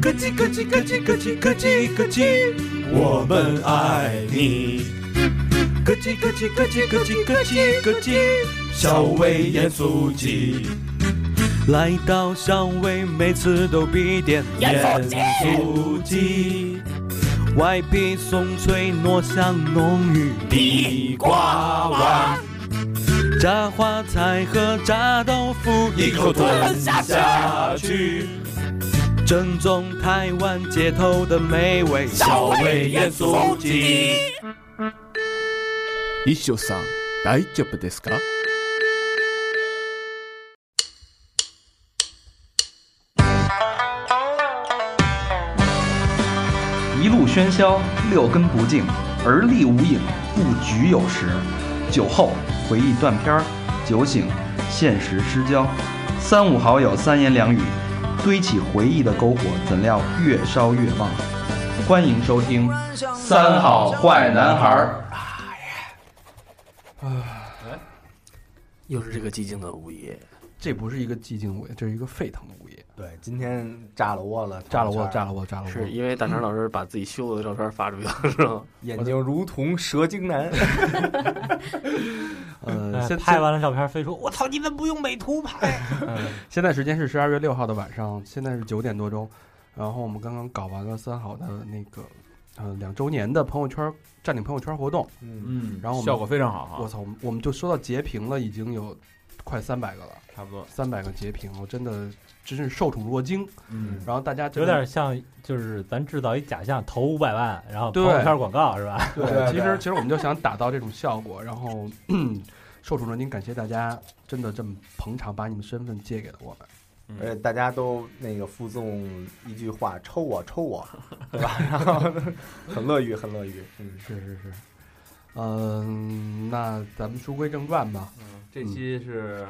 咯叽咯叽咯叽咯叽咯叽咯叽，我们爱你，咯叽咯叽咯叽咯叽咯叽咯叽。小味盐酥鸡，来到小薇，每次都必点盐酥鸡，外皮松脆，糯香浓郁。地瓜丸，炸花菜和炸豆腐，一口吞下去，正宗台湾街头的美味。小味盐酥鸡。一休さん、大丈夫ですか？一路喧嚣，六根不净，而立无影，布局有时。酒后回忆断片儿，酒醒现实失焦。三五好友三言两语，堆起回忆的篝火，怎料越烧越旺。欢迎收听《三好坏男孩儿又是这个寂静的午夜，这不是一个寂静午夜，这是一个沸腾的午夜。对，今天炸了窝了，炸了我，朋友圈炸了我，炸了我！是因为大肠老师把自己修的照片发出去了，是吗？眼睛如同蛇精男， 呃，现嗯拍完了照片，飞说：“我操，你们不用美图拍现在时间是十二月六号的晚上，现在是九点多钟。然后我们刚刚搞完了三好的那个呃两周年的朋友圈占领朋友圈活动，嗯，嗯然后我们效果非常好啊我哈，操，我们我们就收到截屏了，已经有快三百个了，差不多，三百个截屏，我真的真是受宠若惊。嗯，然后大家”，真有的点像就是咱制造一假象，投五百万，然后对朋友圈广告是吧？对，对其对实其实我们就想打造这种效果，然后 受宠若惊，感谢大家真的这么捧场，把你们身份借给了我们。而且呃大家都那个附送一句话：“抽我，抽 我”，对吧？然后很乐于，很乐于，嗯，是是是，嗯、那咱们书归正传吧。嗯这期是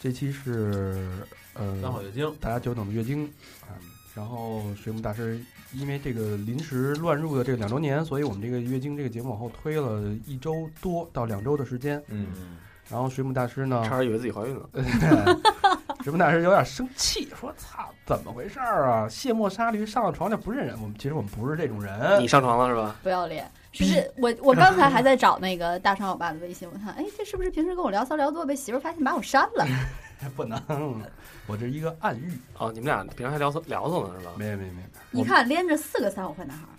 这期是呃，三好月经，大家久等的月经啊、然后水母大师因为这个临时乱入的这个两周年，所以我们这个月经这个节目往后推了一周多到两周的时间。嗯，嗯，然后水母大师呢，差点以为自己怀孕呃了。 水母大师有点生气，说：“操，怎么回事儿啊？卸磨杀驴，上了床就不认人。我们其实我们不是这种人你。上床了是吧？不要脸。是不是我我刚才还在找那个大长我爸的微信，我看哎，这是不是平时跟我聊骚聊多被媳妇儿发现把我删了？不能，我这是一个暗喻。哦，你们俩平时还聊骚聊骚呢是吧？没有没有没有，你看连着四个三好坏男孩儿，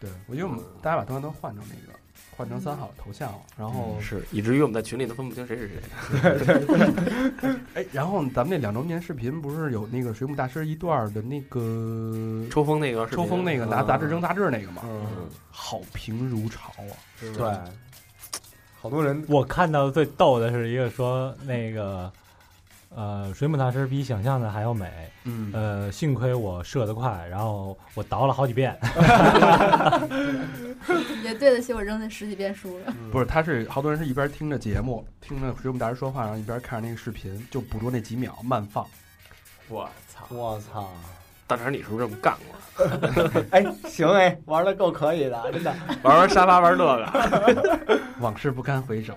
对，我觉得我们大家把头像都换成那个，换成三好的头像，然后、是，以至于我们在群里都分不清谁是谁。哎，然后咱们那两周年视频不是有那个水母大师一段儿的那个抽风那个视频抽风那个嗯拿杂志扔，杂志那个嘛，嗯，好评如潮啊！对，好多人我看到最逗的是一个说那个，呃，水母大师比想象的还要美，嗯，呃，幸亏我射得快，然后我倒了好几遍，也对得起我扔那十几遍书了。呃不是，他是好多人是一边听着节目，听着水母大师说话，然后一边看着那个视频，就捕捉那几秒慢放。我操，我操，大肠你是不是这么干过？哎，行哎，玩的够可以的，真 的，玩玩沙发玩这个。往事不堪回首，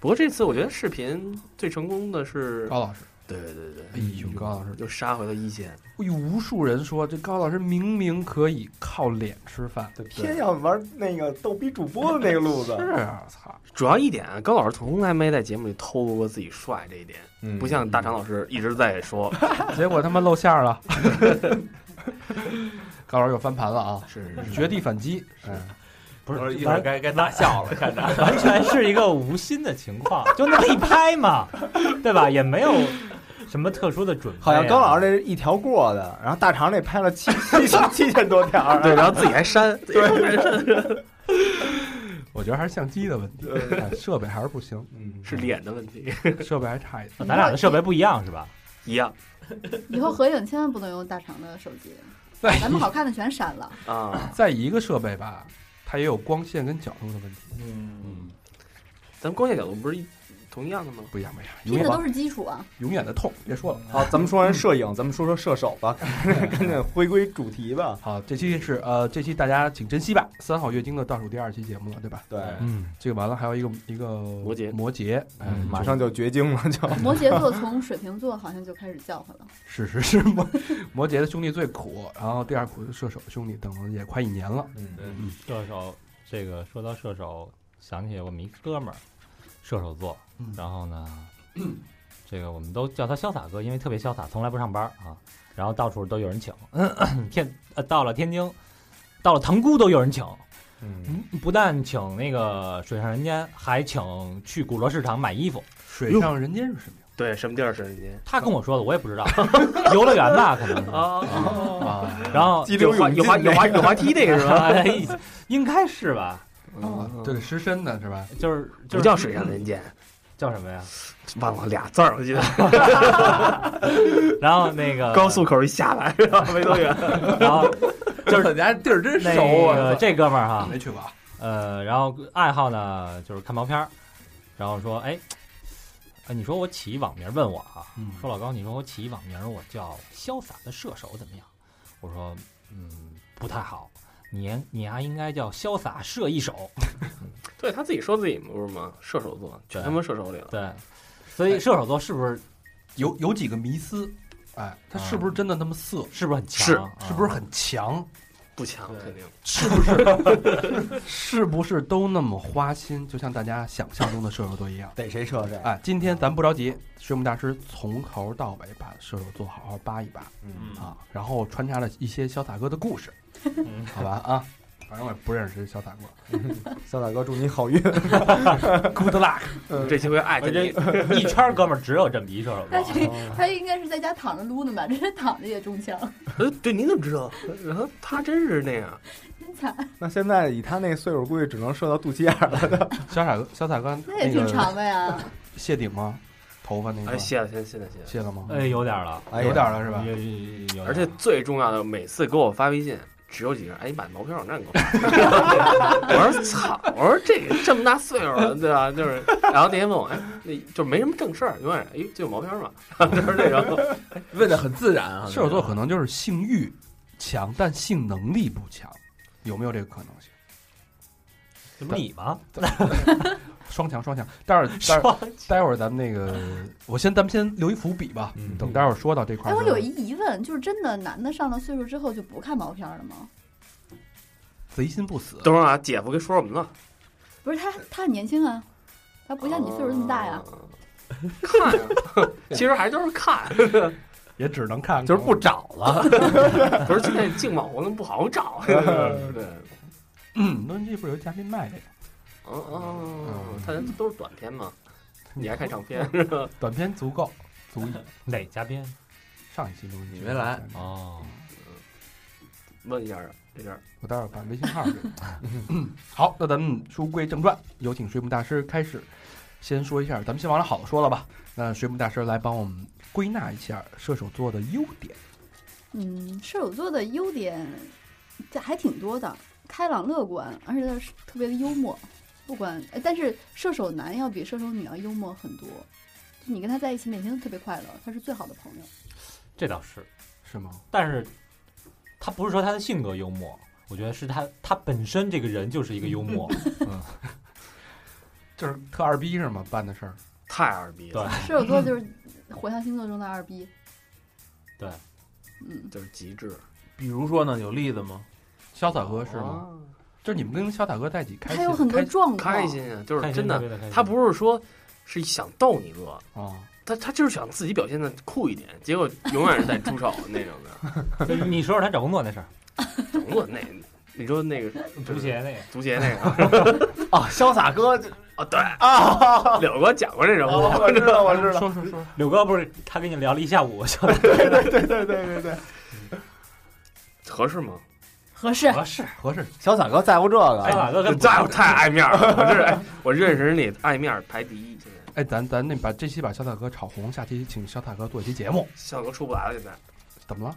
不过这次我觉得视频最成功的是，高老师，对对对哎对，呦，高老师，又杀回了一线。有无数人说这高老师明明可以靠脸吃饭，对偏要玩那个逗逼主播的那个路子，是啊，操，主要一点，啊高老师从来没在节目里透露过自己帅这一点，嗯不像大肠老师一直在说。 结果他妈露馅儿 了。高老师又翻盘了啊！是是绝地反击，嗯。不我说是一会儿完该该大 笑了，看着，完全是一个无心的情况， 就那么一拍嘛，对吧？也没有什么特殊的准备啊、好像高老师那是一条过的，然后大肠那拍了七七七七千多条嗯儿， 对，嗯然后自己还 删，对，我觉得还是相机的问题，呃哎设备还是不 行，嗯，是脸的问题，设备还差一点。咱俩的设备不一样是吧？ 一样以后合影千万不能用大长的手机，在咱们好看的全删了。啊。在一个设备吧，它也有光线跟角度的问题。嗯，咱们光线角度不是一同样的吗？不一样不一样，永拼远的都是基础啊。永远的痛，别说了。好，咱们说完摄影，咱们说说射手 吧，赶紧回归主题吧。好，这期是呃，这期大家请珍惜吧，三好月经的倒数第二期节目了，对吧？对，嗯，这个完了还有一个一个摩羯摩羯，哎，嗯马上就绝经了，就嗯 摩羯座从水瓶座好像就开始叫唤了，是是是摩 摩羯的兄弟最苦，然后第二苦是射手兄弟，等了也快一年了，嗯，对射手，这个说到射手，想起我们一哥们儿，射手座嗯，然后呢，这个我们都叫他潇洒哥，因为特别潇洒，从来不上班啊，然后到处都有人请，嗯天呃到了天津，到了塘沽都有人请，嗯，不但请那个水上人间，还请去古着市场买衣服。水上人间是什么呀？对，什么地儿是人间他跟我说的，我也不知道， 游乐园吧，可能 是。啊？哦啊，然后激流勇有滑有滑有滑梯那 个是吧？哎应该是吧，嗯啊这是湿身的是吧？就是就不是叫水上人间，叫什么呀？忘了俩字儿，我记得然后那个嗯高速口一下来，没多远，然后就是大家地儿真那熟个啊，这哥们儿哈，没去过啊？呃，然后爱好呢就是看毛片儿，然后说，哎，呃你说我起一网名儿问我啊，嗯说老高，你说我起一网名儿，我叫潇洒的射手怎么样？我说，嗯，不太好，你你还应该叫潇洒射一手， 对他自己说自己不是吗？射手座，全他妈射手里了。对，所以射手座是不是有有几个迷思，哎，他是不是真的那么色？是不是很强？是啊 是不是很强？ 不强对肯定。是不是都那么花心？就像大家想象中的射手座一样。逮谁射谁。哎，今天咱不着急，水母大师从头到尾把射手座好好扒一扒嗯，嗯啊，然后穿插了一些潇洒哥的故事，嗯好吧啊， 反正我也不认识潇洒哥潇洒哥，祝你好运。 ，Good luck，这期会艾特我这你，一圈儿哥们儿只有这么一射手他座？这他应该是在家躺着撸呢吧？这躺着也中枪，呃，对，你怎么知道？然后他真是那样，真惨，那现在以他那岁数，估计只能射到肚脐眼 了。潇洒哥，潇洒哥那也挺个长的呀。谢顶吗？头发那哎，个谢了，谢了谢了谢了。谢了吗？哎，有点儿了，哎有点儿了是吧？有有有有而且点儿最重要的，每次给我发微信，只有几个人，哎，你把毛片网站给我发。我说操，我说这个这么大岁数了，对吧？就是，然后那天问我，哎，那就是没什么正事儿，永远哎就有毛片嘛，就是这种。问的很自然啊，射手座可能就是性欲强，但性能力不强，有没有这个可能性？这不你 吗？双强双强，待会儿待会儿待会儿咱们那个，我先咱们先留一伏笔吧，嗯等待会儿说到这块哎，儿的我时候。有一疑问，就是真的男的上了岁数之后就不看毛片了吗？贼心不死，等会儿啊，姐夫该说我们了，不是他，他很年轻啊，他不像你岁数这么大呀。啊。看呀， 其实还就是看，也只能看，就是不找了。不是现在净网红不好找。啊对，嗯，那这不是有嘉宾卖这个哦哦，他都是短片嘛，你还看长片？短片足够足以。哪嘉宾？上一期东西你没来哦，问一下啊，这边儿我待会儿把微信号给你。 好，那咱们书归正传，有请水母大师开始。先说一下，咱们先往好了说了吧。那水母大师来帮我们归纳一下射手座的优点。嗯，射手座的优点，这还挺多的，开朗乐观，而且他是特别的幽默。不管，哎但是射手男要比射手女要幽默很多。就你跟他在一起，每天都特别快乐，他是最好的朋友。这倒是。是吗？但是他不是说他的性格幽默，我觉得是他他本身这个人就是一个幽默。就是特二逼是吗？办的事儿，太二逼了，射手座就是火象星座中的二逼。对，嗯，就是极致。 比如说呢，有例子吗？潇洒哥是哦吗？哦就是你们跟潇洒哥在一起开他心，有很多开心状况，开心啊，就是哦开心真特的，别开心他不是说是想逗你乐，啊！他他就是想自己表现的酷一点，结果永远是在出丑那种 的。你说说他找工作那事儿，整个那你说那个 足协那个足协那 个啊，潇洒 哥，哦，对，啊，哦柳儿给我讲过这种，我知道，我知 道。说说说，柳哥不是他跟你聊了一下午，我说对对对对对，合适吗？合适。是合适潇洒哥在乎这哎个，马哥跟 在乎太爱面儿了，我这哎，我认识你爱面儿排第一，现在哎，咱咱那把这期把潇洒哥炒红，下期请潇洒哥做一期节目，笑都出不来了，现在怎么了？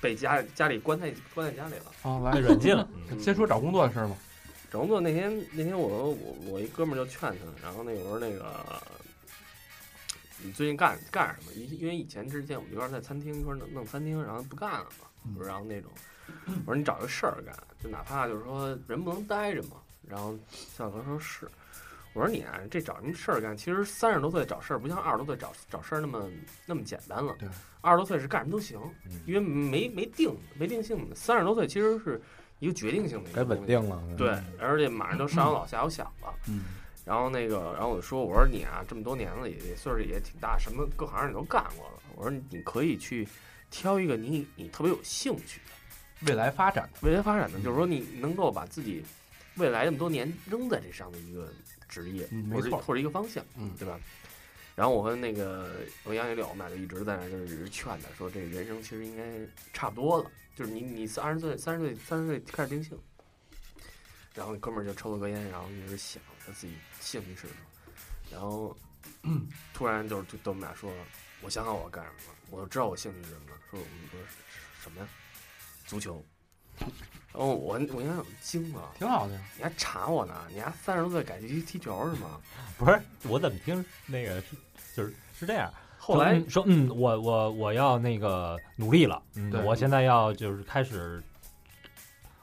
被家家里关在关在家里了。啊，被来，软禁了。先说找工作的事儿嘛。找工作那天那天我我我一哥们儿就劝他，然后那我说那个你最近干干什么？因因为以前之前我们一块儿在餐厅一块儿弄弄餐厅，然后不干了嘛，然后那种，我说你找个事儿干，就哪怕就是说人不能待着嘛。然后向哥说是，我说你啊，这找什么事儿干？其实三十多岁找事儿不像二十多岁找找事儿那么那么简单了。对，二十多岁是干什么都行，因为没没定没定性的。三十多岁其实是一个决定性的一个该东稳西定了。嗯对，而且马上都上有老下有小了。嗯，然后那个，然后我就说，我说你啊，这么多年了，也也岁数也挺大，什么各行你都干过了。我说你你可以去挑一个你你特别有兴趣的未来发展未来发展的，就是说你能够把自己未来这么多年扔在这上的一个职业，嗯没或者错或者一个方向，嗯对吧？然后我跟那个我跟杨一柳，我们俩就一直在那儿就是劝他说，这人生其实应该差不多了，就是你你三十岁三十岁三十岁开始定性。然后那哥们儿就抽了根烟，然后一直想他自己兴趣是什么，然后突然就是对对我们俩说，我想好我要干什么了，我知道我兴趣是什么了。说我们说是什么呀？足球。然后我我应该我惊了，挺好的呀。你还查我呢？你还三十多岁改去踢球是吗？不是，我怎么听那个是就是是这样。后来说嗯，说嗯我我我要那个努力了，嗯对，我现在要就是开始，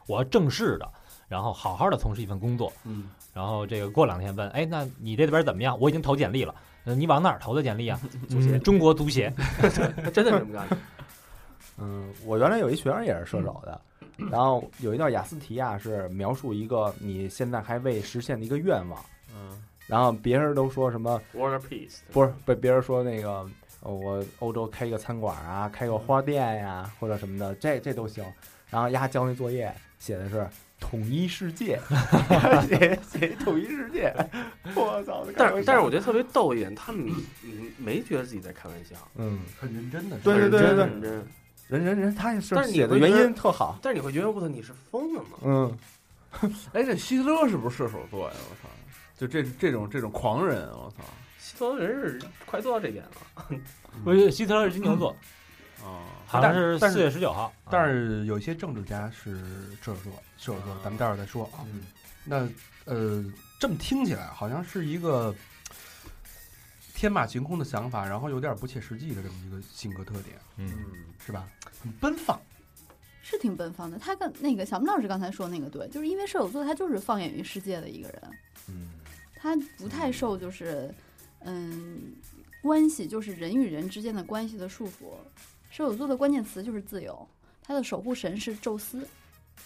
我要正式的，然后好好的从事一份工作，嗯，然后这个过两天问，哎，那你这边怎么样？我已经投简历了，嗯，你往哪儿投的简历啊？足协嗯中国足协，他真的是这么干的。嗯，我原来有一学生也是射手的，嗯然后有一道雅思题啊，是描述一个你现在还未实现的一个愿望，嗯，然后别人都说什么 Water peace，不是被别人说那个。呃我欧洲开一个餐馆啊，开个花店呀、或者什么的，这这都行。然后丫交那作业写的是统一世 界， 写写统一世界，我操！但是但是我觉得特别逗一点，他们嗯没觉得自己在开玩笑，嗯，很认真的是吧，对对对对对很认真很认真。人人人他也是但是你写的会觉原得因特好，但是你会觉得我操，你是疯了吗？嗯，哎，这希特勒是不是射手座呀？我操，就这这种这种狂人，我操，西多人是快做到这点了。我觉得希特勒是金牛座，啊，好像是但是四月十九号，但啊是有一些政治家是射手座，射手座，咱们待会儿再说啊。嗯那呃，这么听起来好像是一个天马行空的想法，然后有点不切实际的这么一个性格特点，嗯，是吧？很奔放，是挺奔放的。他跟那个小明老师刚才说那个对，就是因为射手座他就是放眼于世界的一个人，嗯他不太受就是嗯关系，就是人与人之间的关系的束缚。射手座的关键词就是自由，他的守护神是宙斯。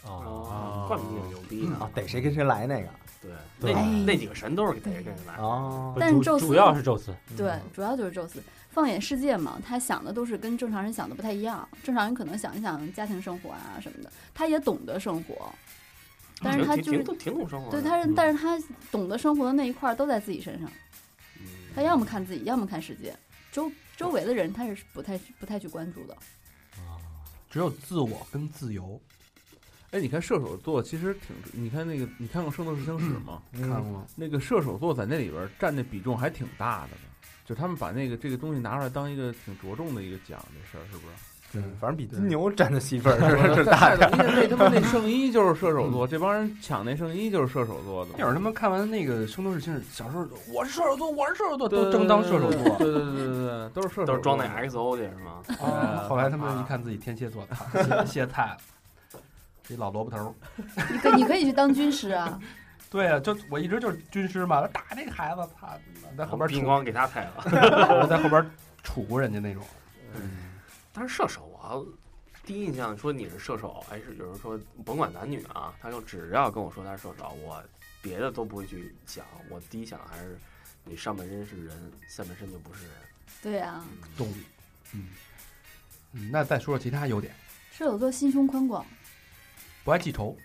哦，哦，怪不得你牛逼呢啊，。逮谁跟谁来那个对，对那哎那几个神都是逮着跟人来的。哦，嗯但主宙斯主要是宙斯，哦对，主要就是宙斯。放眼世界嘛，他想的都是跟正常人想的不太一样。正常人可能想一想家庭生活啊什么的，他也懂得生活，但是挺他就挺是挺挺懂生活的。对他是，但是他懂得生活的那一块儿都在自己身上。嗯他要么看自己，要么看世界，周周围的人他是不太不太去关注的。只有自我跟自由。哎，你看射手座其实挺，你看那个，你看过《圣斗士星矢》吗？看过，那个射手座在那里边占的比重还挺大的呢，就他们把那个这个东西拿出来当一个挺着重的一个奖，这事儿是不是？嗯，反正比对金牛占的戏份儿 是这是大点儿。那他妈那圣衣就是射手座，这帮人抢那圣衣就是射手座的。嗯 那会儿他们看完那个《圣斗士星矢》，小时候我是射手座，我是射手座，对都争当射手座。对对对对对对，都是射手，都是装那 XO 去是吗？啊 后来他们一看自己天蝎座，操歇菜了，这老萝卜头儿。你可你可以去当军师啊，对啊，就我一直就是军师嘛，打这个孩子，操，在后边冰杵光给他踩了。我在后边杵过人家那种。但是射手啊，第一印象说你是射手，哎，是有人说甭管男女啊，他就只要跟我说他是射手，我别的都不会去想，我第一想还是你上半身是人，下半身就不是人。对啊，动力。嗯，嗯那再说说其他优点，射手座心胸宽广，不爱记仇，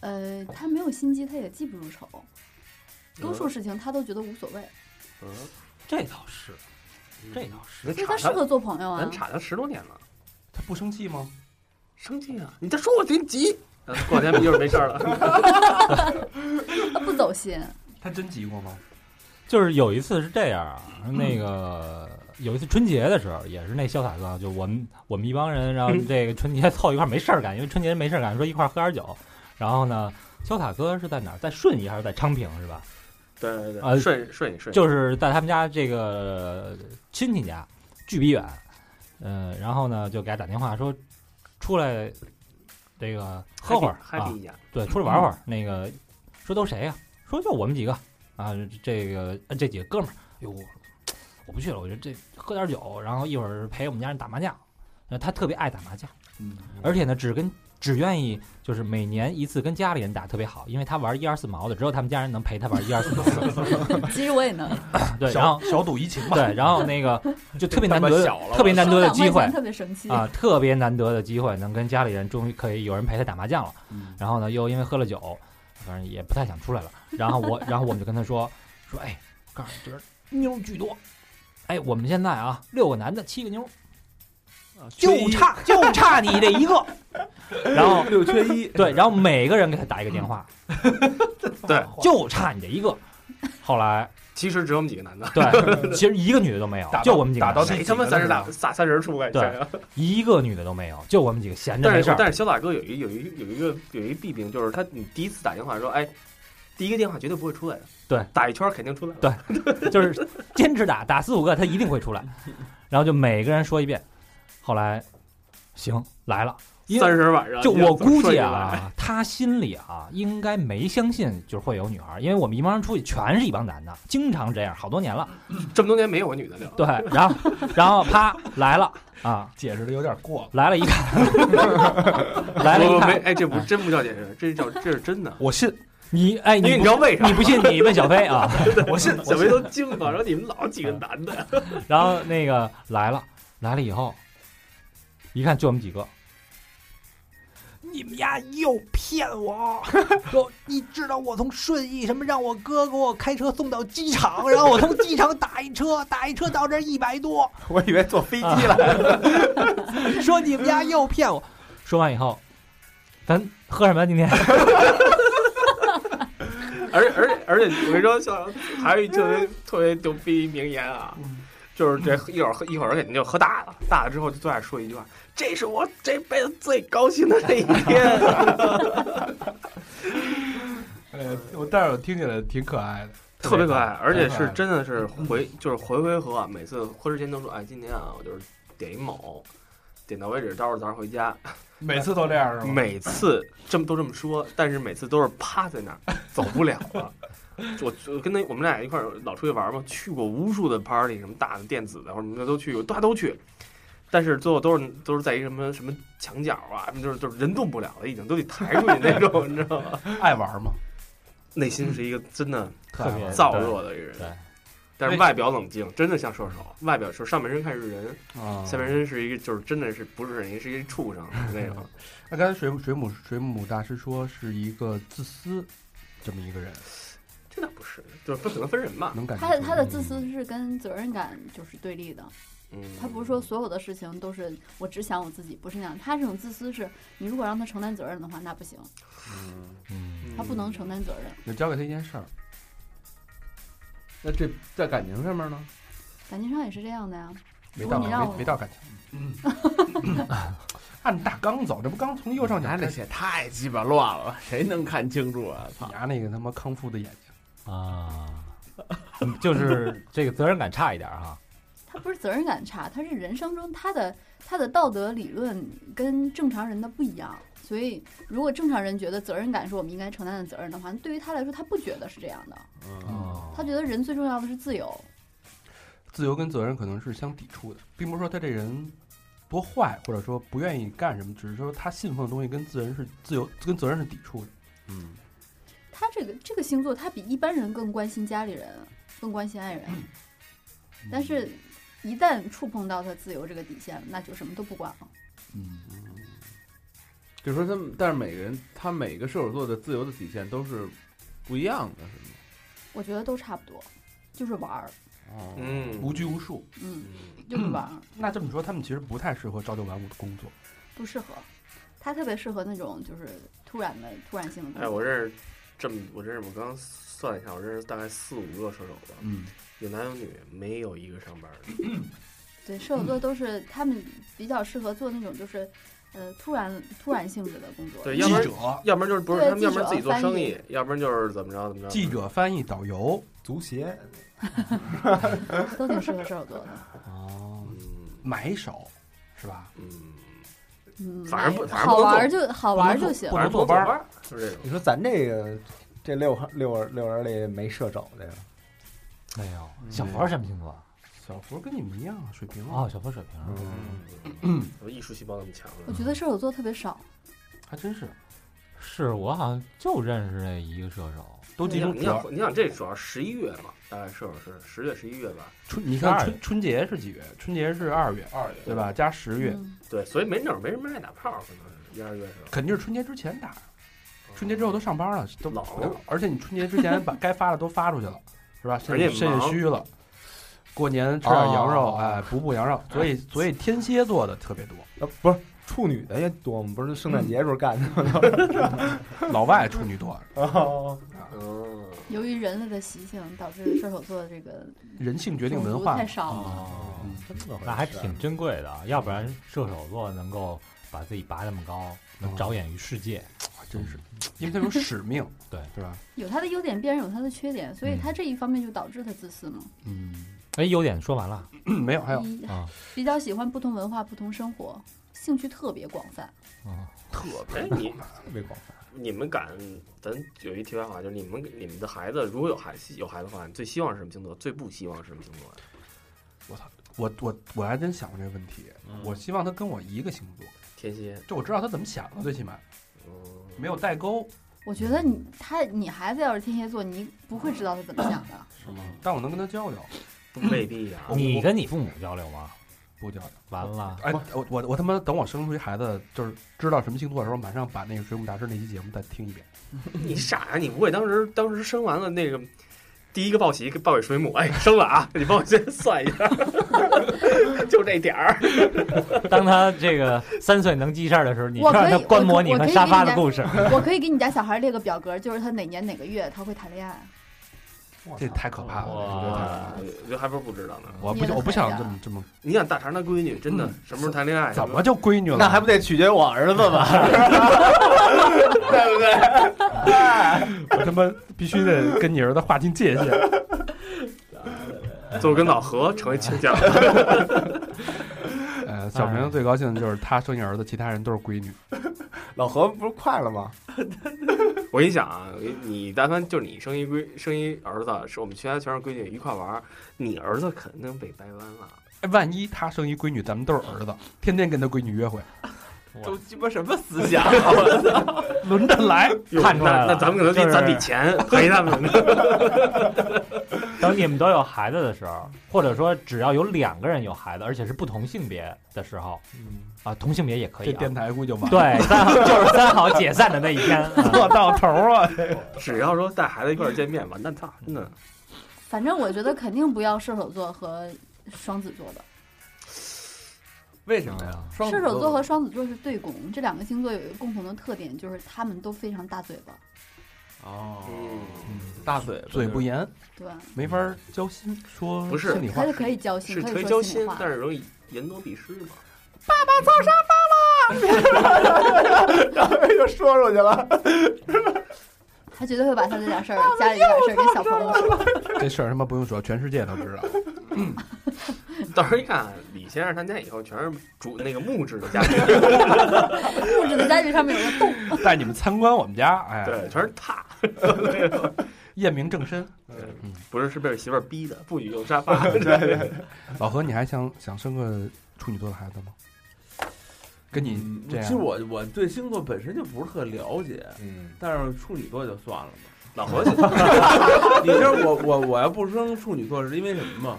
呃，他没有心机，他也记不住仇，多数事情他都觉得无所谓，嗯，这倒是，这倒是，所以他适合做朋友啊咱。查他十多年了，他不生气吗？生气啊！你再说我给你急。嗯过两天就是没事儿了。 他不 走心，他真急过吗？就是有一次是这样啊，那个有一次春节的时候，也是那潇洒哥，就我们我们一帮人，然后这个春节凑一块儿没事儿干，因为春节没事儿干，说一块儿喝点儿酒。然后呢，潇洒哥是在哪儿？在顺义还是在昌平是吧？对对对，呃顺顺顺，就是在他们家这个亲戚家，距比远，呃，然后呢就给他打电话说，出来这个喝会儿嗨啊皮，一下，对，出来玩会儿。那个说都谁呀、说就我们几个啊，这个呃这几个哥们儿，哟，我不去了，我觉得这喝点酒，然后一会儿陪我们家人打麻将。呃，他特别爱打麻将，嗯，而且呢，只跟只愿意就是每年一次跟家里人打特别好，因为他玩一二四毛的，只有他们家人能陪他玩一二四毛 的。其实我 也能，对，然小后小赌怡情吧。对，然后那个就特别难这他妈得小了，吧特别难得的收机两块会钱特别生气啊，特别难得的机会，能跟家里人终于可以有人陪他打麻将了。嗯然后呢，又因为喝了酒，反正也不太想出来了。然后 我，然后我们就跟他说说，哎，告诉你，今儿妞巨多，哎，我们现在啊，六个男的，七个妞，就差 就差你这一个。然后六缺一，对，然后每个人给他打一个电话，对，就差你这一个。后来，其实只有我们几个男的，对， 其实一个女的都没有打，到就我们几个打男到的，第谁几他妈个三呢十大仨三十出来？对你想想一个女的都没有，就我们几个闲着没但事是儿。但是小打哥有一有一有一个有一弊病，就是他你第一次打电话说，哎，第一个电话绝对不会出来的，对，打一圈儿肯定出来了，对就是坚持打，打四五个他一定会出来。然后就每个人说一遍，后来行来了，因三为十晚上就我估顺计着来，啊， 他心里啊应该没相信就是会有女孩，因为我们一帮人出去全是一帮男的，经常这样，好多年了。这么多年没有个女的聊，对，然后然后啪来了啊， 解释的有点过了。来了一看， 来了我一没看，哎，这不哎真不叫解释，这叫这是真的，我信，你哎因为你你不知道为啥你？不信你问小飞啊，我信，小梅都惊了，说你们老几个男的，然后那个来了来了以后，一看就我们几个，你们丫又骗我！ 说你知道我从顺义什么让我哥给我开车送到机场，然后我从机场打一车，打一车到这一百 多。我以为坐飞机了， 说你们家又骗我，说完以后，咱喝什么呀啊今天？ 而而且而且我跟你说，小还有一特别特别牛逼名言啊，就是这一会儿喝一会儿肯定就喝大了，大了之后就最爱说一句话：“这是我这辈子最高兴的这一天。呃，我但是我听起来挺可爱的，”特别可爱，而且特别可是爱真的是回就是回回合啊，每次喝之前都说：“哎，今天啊，我就是点一卯，点到为止，到时候早上回家。”每次都这样是吗？每次这么都这么说，但是每次都是趴在那儿走不了了。我我跟他我们俩一块儿老出去玩嘛，去过无数的 party，什么大的电子的或者什么的都去过，大家都去。但是最后都是都是在一什么什么墙角啊，就是就是人动不了了，已经都得抬出去那种，你知道吗？ 爱玩嘛，内心是一个真的特别燥热的一个人，对对但是外表冷静，真的像射手，外表是上半身看是人，啊嗯下半身是一个就是真的是不是人，是一个畜生那嗯种。那刚才水母水母水母大师说是一个自私这么一个人，这倒不是，就是分可能分人吧。能感觉他的出来他的自私是跟责任感就是对立的，嗯，他不是说所有的事情都是我只想我自己，不是那样。他这种自私是，你如果让他承担责任的话，那不行，嗯，他不能承担责任。你交给他一件事儿，那这在感情上面呢？感情上也是这样的呀，没如到果你让没我没到感情，嗯 按大纲走，这不刚从右上角拿开那始，些太鸡巴乱了，谁能看清楚啊？操你！拿那个他妈康复的眼睛，啊，嗯就是这个责任感差一点啊。他不是责任感差，他是人生中他的他的道德理论跟正常人的不一样。所以，如果正常人觉得责任感是我们应该承担的责任的话，对于他来说，他不觉得是这样的。嗯嗯哦他觉得人最重要的是自由。自由跟责任可能是相抵触的，并不是说他这人多坏，或者说不愿意干什么，只是说他信奉的东西跟自人是自由跟责任是抵触的。嗯，他这个这个星座，他比一般人更关心家里人，更关心爱人。但是，一旦触碰到他自由这个底线，那就什么都不管了。嗯，就说他们，但是每个人他每个射手座的自由的底线都是不一样的，是吗？我觉得都差不多，就是玩儿，哦，嗯，无拘无束。嗯，就是玩儿，那这么说，他们其实不太适合朝九晚五的工作。不适合。他特别适合那种就是突然的突然性的东西。哎，我认识这么，我认识我刚刚算一下，我认识大概四五个射手吧，嗯，有男有女，没有一个上班的，对，射手座都是他们比较适合做那种就是，呃，突然突然性质的工作。对，记要不然者、要不然就是不是对他们，要不然记者自己做生翻意，要不然就是怎么着怎么着。记者、翻译、导游，足协都挺适合射手座的。哦，嗯买手是吧？嗯，嗯，反正不哎反正好不能玩做儿就好玩儿就行不。反能正坐班班儿儿，就是这种。你说咱这个这六号六六人里没射手的呀？没有，哎小佛是什么星座？啊小福跟你们一样啊，水平哦，，小佛水瓶儿。嗯，我嗯艺术细胞那么强我呢，觉得射手座特别少，还真是是我好像就认识那一个射手，都集你中想你嗯主要想你想这主要十一月嘛，大概是不是十月十一月吧？春，你12看月春春节是几月？春节是二月，二月对吧？加十月，嗯，对，所以没那会儿没什么爱打炮，可能是一二月的时候。肯定是春节之前打。春节之后都上班了，都老了，而且你春节之前把该发的都发出 去了，是吧？肾而且肾忙虚了，过年吃点羊肉，哦哎，补补羊肉。所以， 所以天蝎座的特别多，呃，不是处女的也多吗？不是圣诞节时候干的吗？老外处女多，哦嗯，由于人类的习性导致射手座的这个人性决定种文族化太。少了。哦嗯真的啊那还挺珍贵的，啊要不然射手座能够把自己拔那么高，能着眼于世界。，哇啊真是，因为他有使 命对对吧？有他的优点，必然有他的缺点，所以嗯他这一方面就导致他自私嘛。嗯， 哎，优点说完了，没有，还有一啊比较喜欢不同文化、不同生活，兴趣特别广泛。嗯，特别哎，你被广泛。你们敢，咱有一题外话，就是你们你们的孩子如果有孩有孩子的话，你最希望是什么星座？最不希望是什么星座呀？我我我还真想过这个问题，嗯我希望他跟我一个星座，天蝎。就我知道他怎么想的，最起码嗯，没有代沟，我觉得你他你孩子要是天蝎座，你不会知道他怎么想的。是吗？但我能跟他交流，未必呀。你跟你父母交流吗？不交流。完了，哎，我我我他妈等我生出一孩子，就是知道什么星座的时候，马上把那个《水母大师》那期节目再听一遍。你傻呀？你不会当时当时生完了那个第一个报喜报给水母，哎，生了啊，你帮我先算一下， 就这点儿。当他这 个三岁能记事儿的时候，你我让可以他观摩你我可和以沙发的故事。我可以给你家小孩列个表格，就是他哪年哪个月他会谈恋爱。这太可怕了！哇，我觉得还不如不知道呢。我不你的我不想孩子这啊么这么，你想大肠他闺女真的什么时候谈恋爱？怎么就闺女了？那还不得取决于我儿子吧？ 我他妈必须得跟你儿子划清界限。就跟老何成为亲家了？ 呃，小明最高兴的就是他生一儿子，其他人都是闺女。老何不是快了 吗？我跟你讲啊，你你但凡就是你生一闺生一儿子，是我们全家全是闺女一块玩儿，你儿子肯定被掰弯了。哎万一他生一闺女，咱们都是儿子，天天跟他闺女约会，都鸡巴什么思想？轮着来。看出来了啊那那咱们可能就得是攒笔钱陪他们。等你们都有孩子的时候，或者说只要有两个人有孩子，而且是不同性别的时候，嗯啊，同性别也可以、这啊。电台估计就完了，对， 三好就是三好解散的那一天。 啊 做 到头啊！ 只要说带孩子一块儿见面，完蛋操，真的。反正我觉得肯定不要射手座和双子座的。为什么呀？双子射手座和双子座是对攻，这两个星座有一个共同的特点，就是他们都非常大嘴巴。哦，嗯，大嘴巴嘴不严，对，没法交心，说不是心里话 他。是可以交心，是可可以以说交心里心话，。但是容易言多必失嘛。就哎说出去了。他绝对会把他这点事儿、家里这点事儿跟小朋友说。这事儿他妈不用说，全世界都知 道。到时候一看，李先生他家以后全是主那个木质的家具，布置的家具上面有个洞，带你们参观我们家，哎，对， 全是榻，验明正身。不是是被媳妇儿逼的，不许用沙发。 老何，你还想想生个处女座的孩子吗？跟你嗯这其实样，我我对星座本身就不是特了解，嗯，但是处女座就算了吧。老何， 你知道我我我要不生处女座是因为什么吗？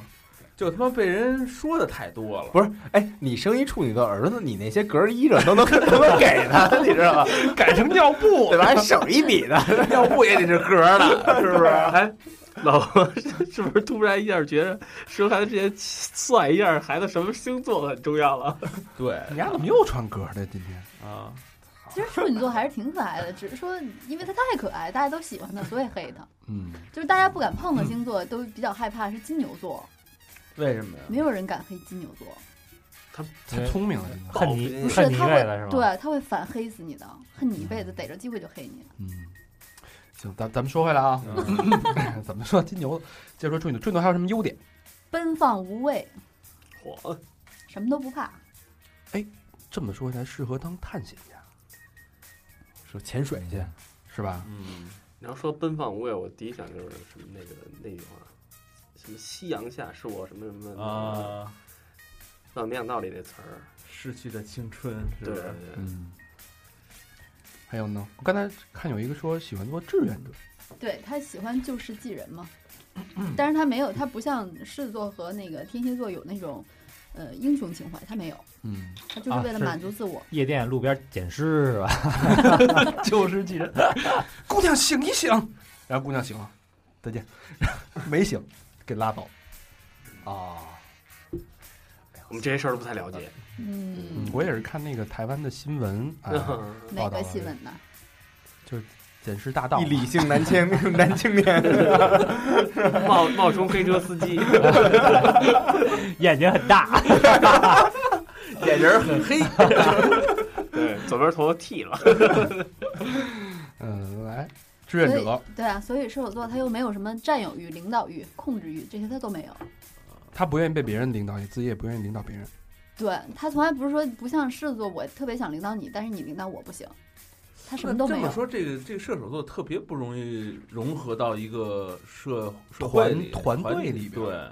就他妈被人说的太多了。不是，哎，你生一处女的儿子，你那些格儿衣裳都能 都能给他，你知道吧？改成尿布对吧？还省一笔 呢，要不也得是格儿的，是不是？ 哎，老何是不是突然一下觉得生孩子之前算一下孩子什么星座很重要了？对你丫怎么又穿格的？今天啊，其实处女座还是挺可爱的，只是说因为他太可爱，大家都喜欢他，所以黑他。嗯，就是大家不敢碰的星座都比较害怕是金牛座，为什么呀？没有人敢黑金牛座，太聪明了，真的。暴恨君你不是恨你一他辈子是会吗？，对他会反黑死你的，恨你一辈子，逮着机会就黑你。嗯，行，咱咱们说回来啊， 怎么说金牛？接着说处女，处女座还有什么优点？奔放无畏，火，什么都不怕，这么说才适合当探险家，说潜水去，是吧？嗯，你要说奔放无畏，我第一想就是什么那个那句话，什么夕阳下是我什么什么啊，万没想到里那词儿，逝去的青春，是对不对是？对，嗯，还有呢，我刚才看有一个说喜欢做志愿者，对他喜欢就事济人嘛。 但是他没有，他不像狮子座和那个天蝎座有那种，呃，英雄情怀，他没有，嗯，他就是啊为了是满足自我。夜店路边捡尸是吧？ 就是几人，姑娘醒一醒，然后姑娘醒了，再见， 没醒给拉倒。啊，我们这些事儿都不太了解。嗯，我也是看那个台湾的新闻啊，嗯哪个新闻呢？捡尸大盗一嘛，理性男青 男青年， 冒冒充黑车司机，眼睛很大，眼仁很黑。 对，左边头发剃了，嗯，来志愿所者，对啊，所以射手座他又没有什么占有欲、领导欲、控制欲，这些他都没有。他不愿意被别人领导，也自己也不愿意领导别人。对他从来不是说不像狮子座，我特别想领导你，但是你领导我不行，他什么都那没这么有。说，这个这个射手座特别不容易融合到一个社社团会里团队体里边对，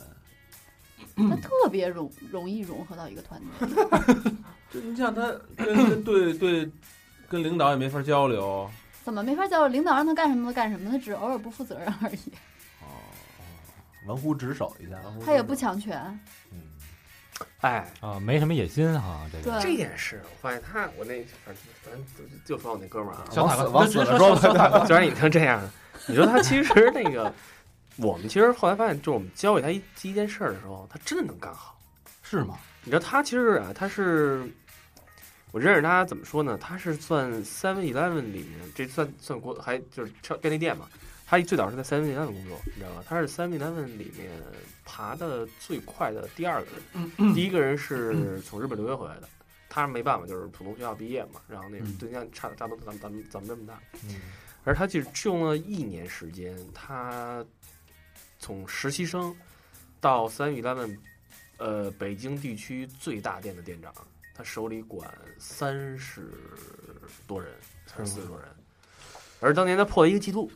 嗯他特别容容易融合到一个团队。 就你像他跟跟对对跟领导也没法交流哦，怎么没法交流？领导让他干什么他干什么，他只是偶尔不负责任而已，玩忽职守一下，他也不强权。嗯哎，啊，没什么野心哈，这个嗯对这也是，我发现他，我那反正反正就就说我那哥们儿啊，小往死塔克往死了说吧， 虽然你能这样，你说他其实那个，我们其实后来发现，就是我们教给他一一件事儿的时候，他真的能干好。是吗？你知道他其实啊，他是我认识他怎么说呢？他是算 Seven Eleven 里面，这算算国还就是超便利店嘛。他最早是在 Seven Eleven 工作，你知道吗？他是 Seven Eleven 里面爬的最快的第二个人，第一个人是从日本留学回来的。他没办法，就是普通学校毕业嘛，然后那个嗯对象差差不多咱们咱们咱们这么大，而他就只用了一年时间，他从实习生到三宇 eleven，呃，北京地区最大店的店长，他手里管三十多人，三十四十多人。而当年他破了一个记录，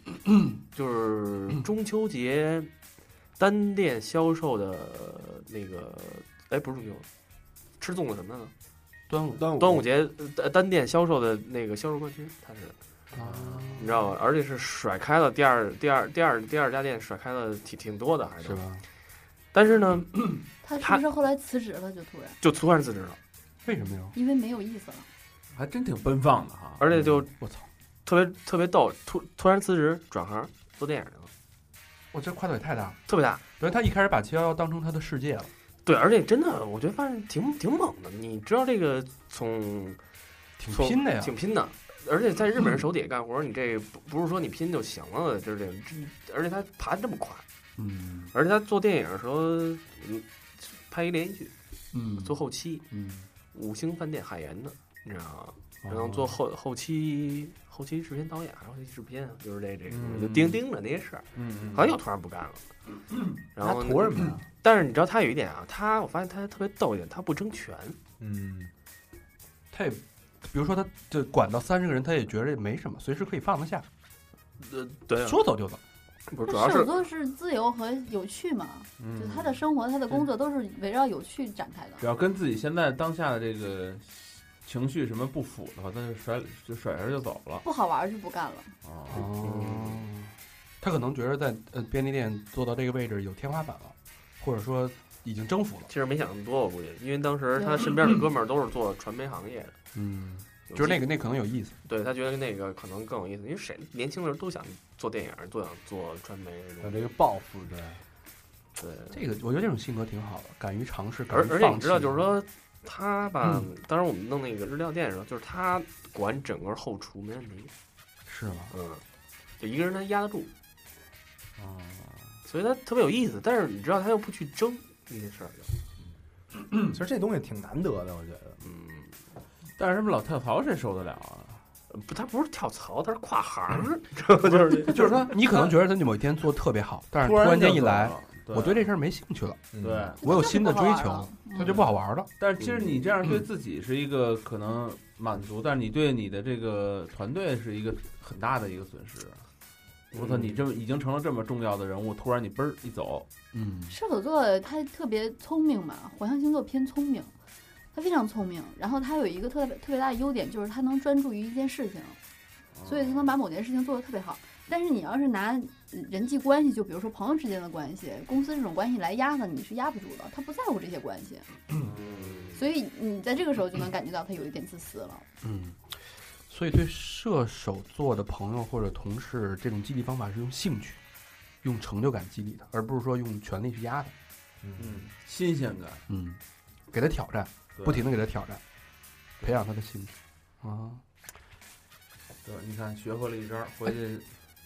就是中秋节单店销售的那个，哎，不是中秋，吃粽子什么的呢？端午端午端午节呃单店销售的那个销售冠军，他是。啊，你知道吗？而且是甩开了第二、第二、第二、第二家店，甩开了挺挺多的，还是？吧？但是呢，他是他不是后来辞职了？就突然就突然辞职了，为什么呀？因为没有意思了。还真挺奔放的哈。而且就嗯我操！特别特别逗，突突然辞职转行做电影去了，我这跨度也太大了。特别大。等于他一开始把七幺幺当成他的世界了。对，而且真的，我觉得发现挺挺猛的。你知道这个从挺从拼的哎呀挺拼的。而且在日 本人手底下干活，你这不不是说你拼就行了，就是这种。这而且他爬得这么快，嗯而且他做电影的时候，嗯，拍一连续剧，嗯做后期，嗯，五星饭店海盐的，你知道吗？哦然后做后后期后期制片导演，后期制片就是这这个东西，嗯就盯盯着那些事儿，嗯，好像又突然不干了。嗯然他后，图什么呀？但是你知道他有一点啊，他我发现他特别逗一点，他不争权，嗯，哦他也，比如说他就管到三十个人，他也觉着也没什么，随时可以放得下，呃，对啊，说走就走。不是主他要射手是座是自由和有趣嘛，嗯就他的生活、他的工作都是围绕有趣展开只的。要跟自己现在当下的这个情绪什么不符的话，他就甩就甩身就走了不好玩儿就不干了，啊。哦，他可能觉得在呃便利店做到这个位置有天花板了，或者说已经征服了。其实没想那么多，我估计，因为当时他身边的哥们儿都是做传媒行业的，嗯，就是那个，个那可能有意思。对他觉得那个可能更有意思，因为谁年轻的时候都想做电影，都想做传媒啊这有种，这个抱负对，对，这个我觉得这种性格挺好的，敢于尝试，敢嗯而于而且放你弃。知道，就是说他吧，当时我们弄那个日料店的时候，就是他管整个后厨没问题，是吗？嗯，就一个人他压得住，哦啊所以他特别有意思。但是你知道他又不去争，这些事儿就，其实这东西挺难得的，我觉得。嗯，但是他们老跳槽，谁受得了啊？不，他不是跳槽，他是跨行，知道吗？就是就是说，你可能觉得他某一天做的特别好，但是突 然间一来，，我对这这事儿没兴趣了，嗯对，我有新的追求他它就不好玩了。但是其实你这样嗯对自己是一个可能满足，但是你对你的这个团队是一个很大的一个损失。我操，嗯你这么已经成了这么重要的人物，突然你嘣儿一走，嗯，射手座他特别聪明嘛，火象星座偏聪明，他非常聪明。然后他有一个特别特别大的优点，就是他能专注于一件事情，所以他能把某件事情做得特别好。但是你要是拿人际关系，就比如说朋友之间的关系、公司这种关系来压他，你是压不住的。他不在乎这些关系，嗯所以你在这个时候就能感觉到他有一点自私了。嗯，所以对射手座的朋友或者同事，这种激励方法是用兴趣、用成就感激励的，而不是说用权力去压的。嗯，新鲜感，嗯，给他挑战，对不停的给他挑战，培养他的兴趣。啊，对，你看学会了一招，回去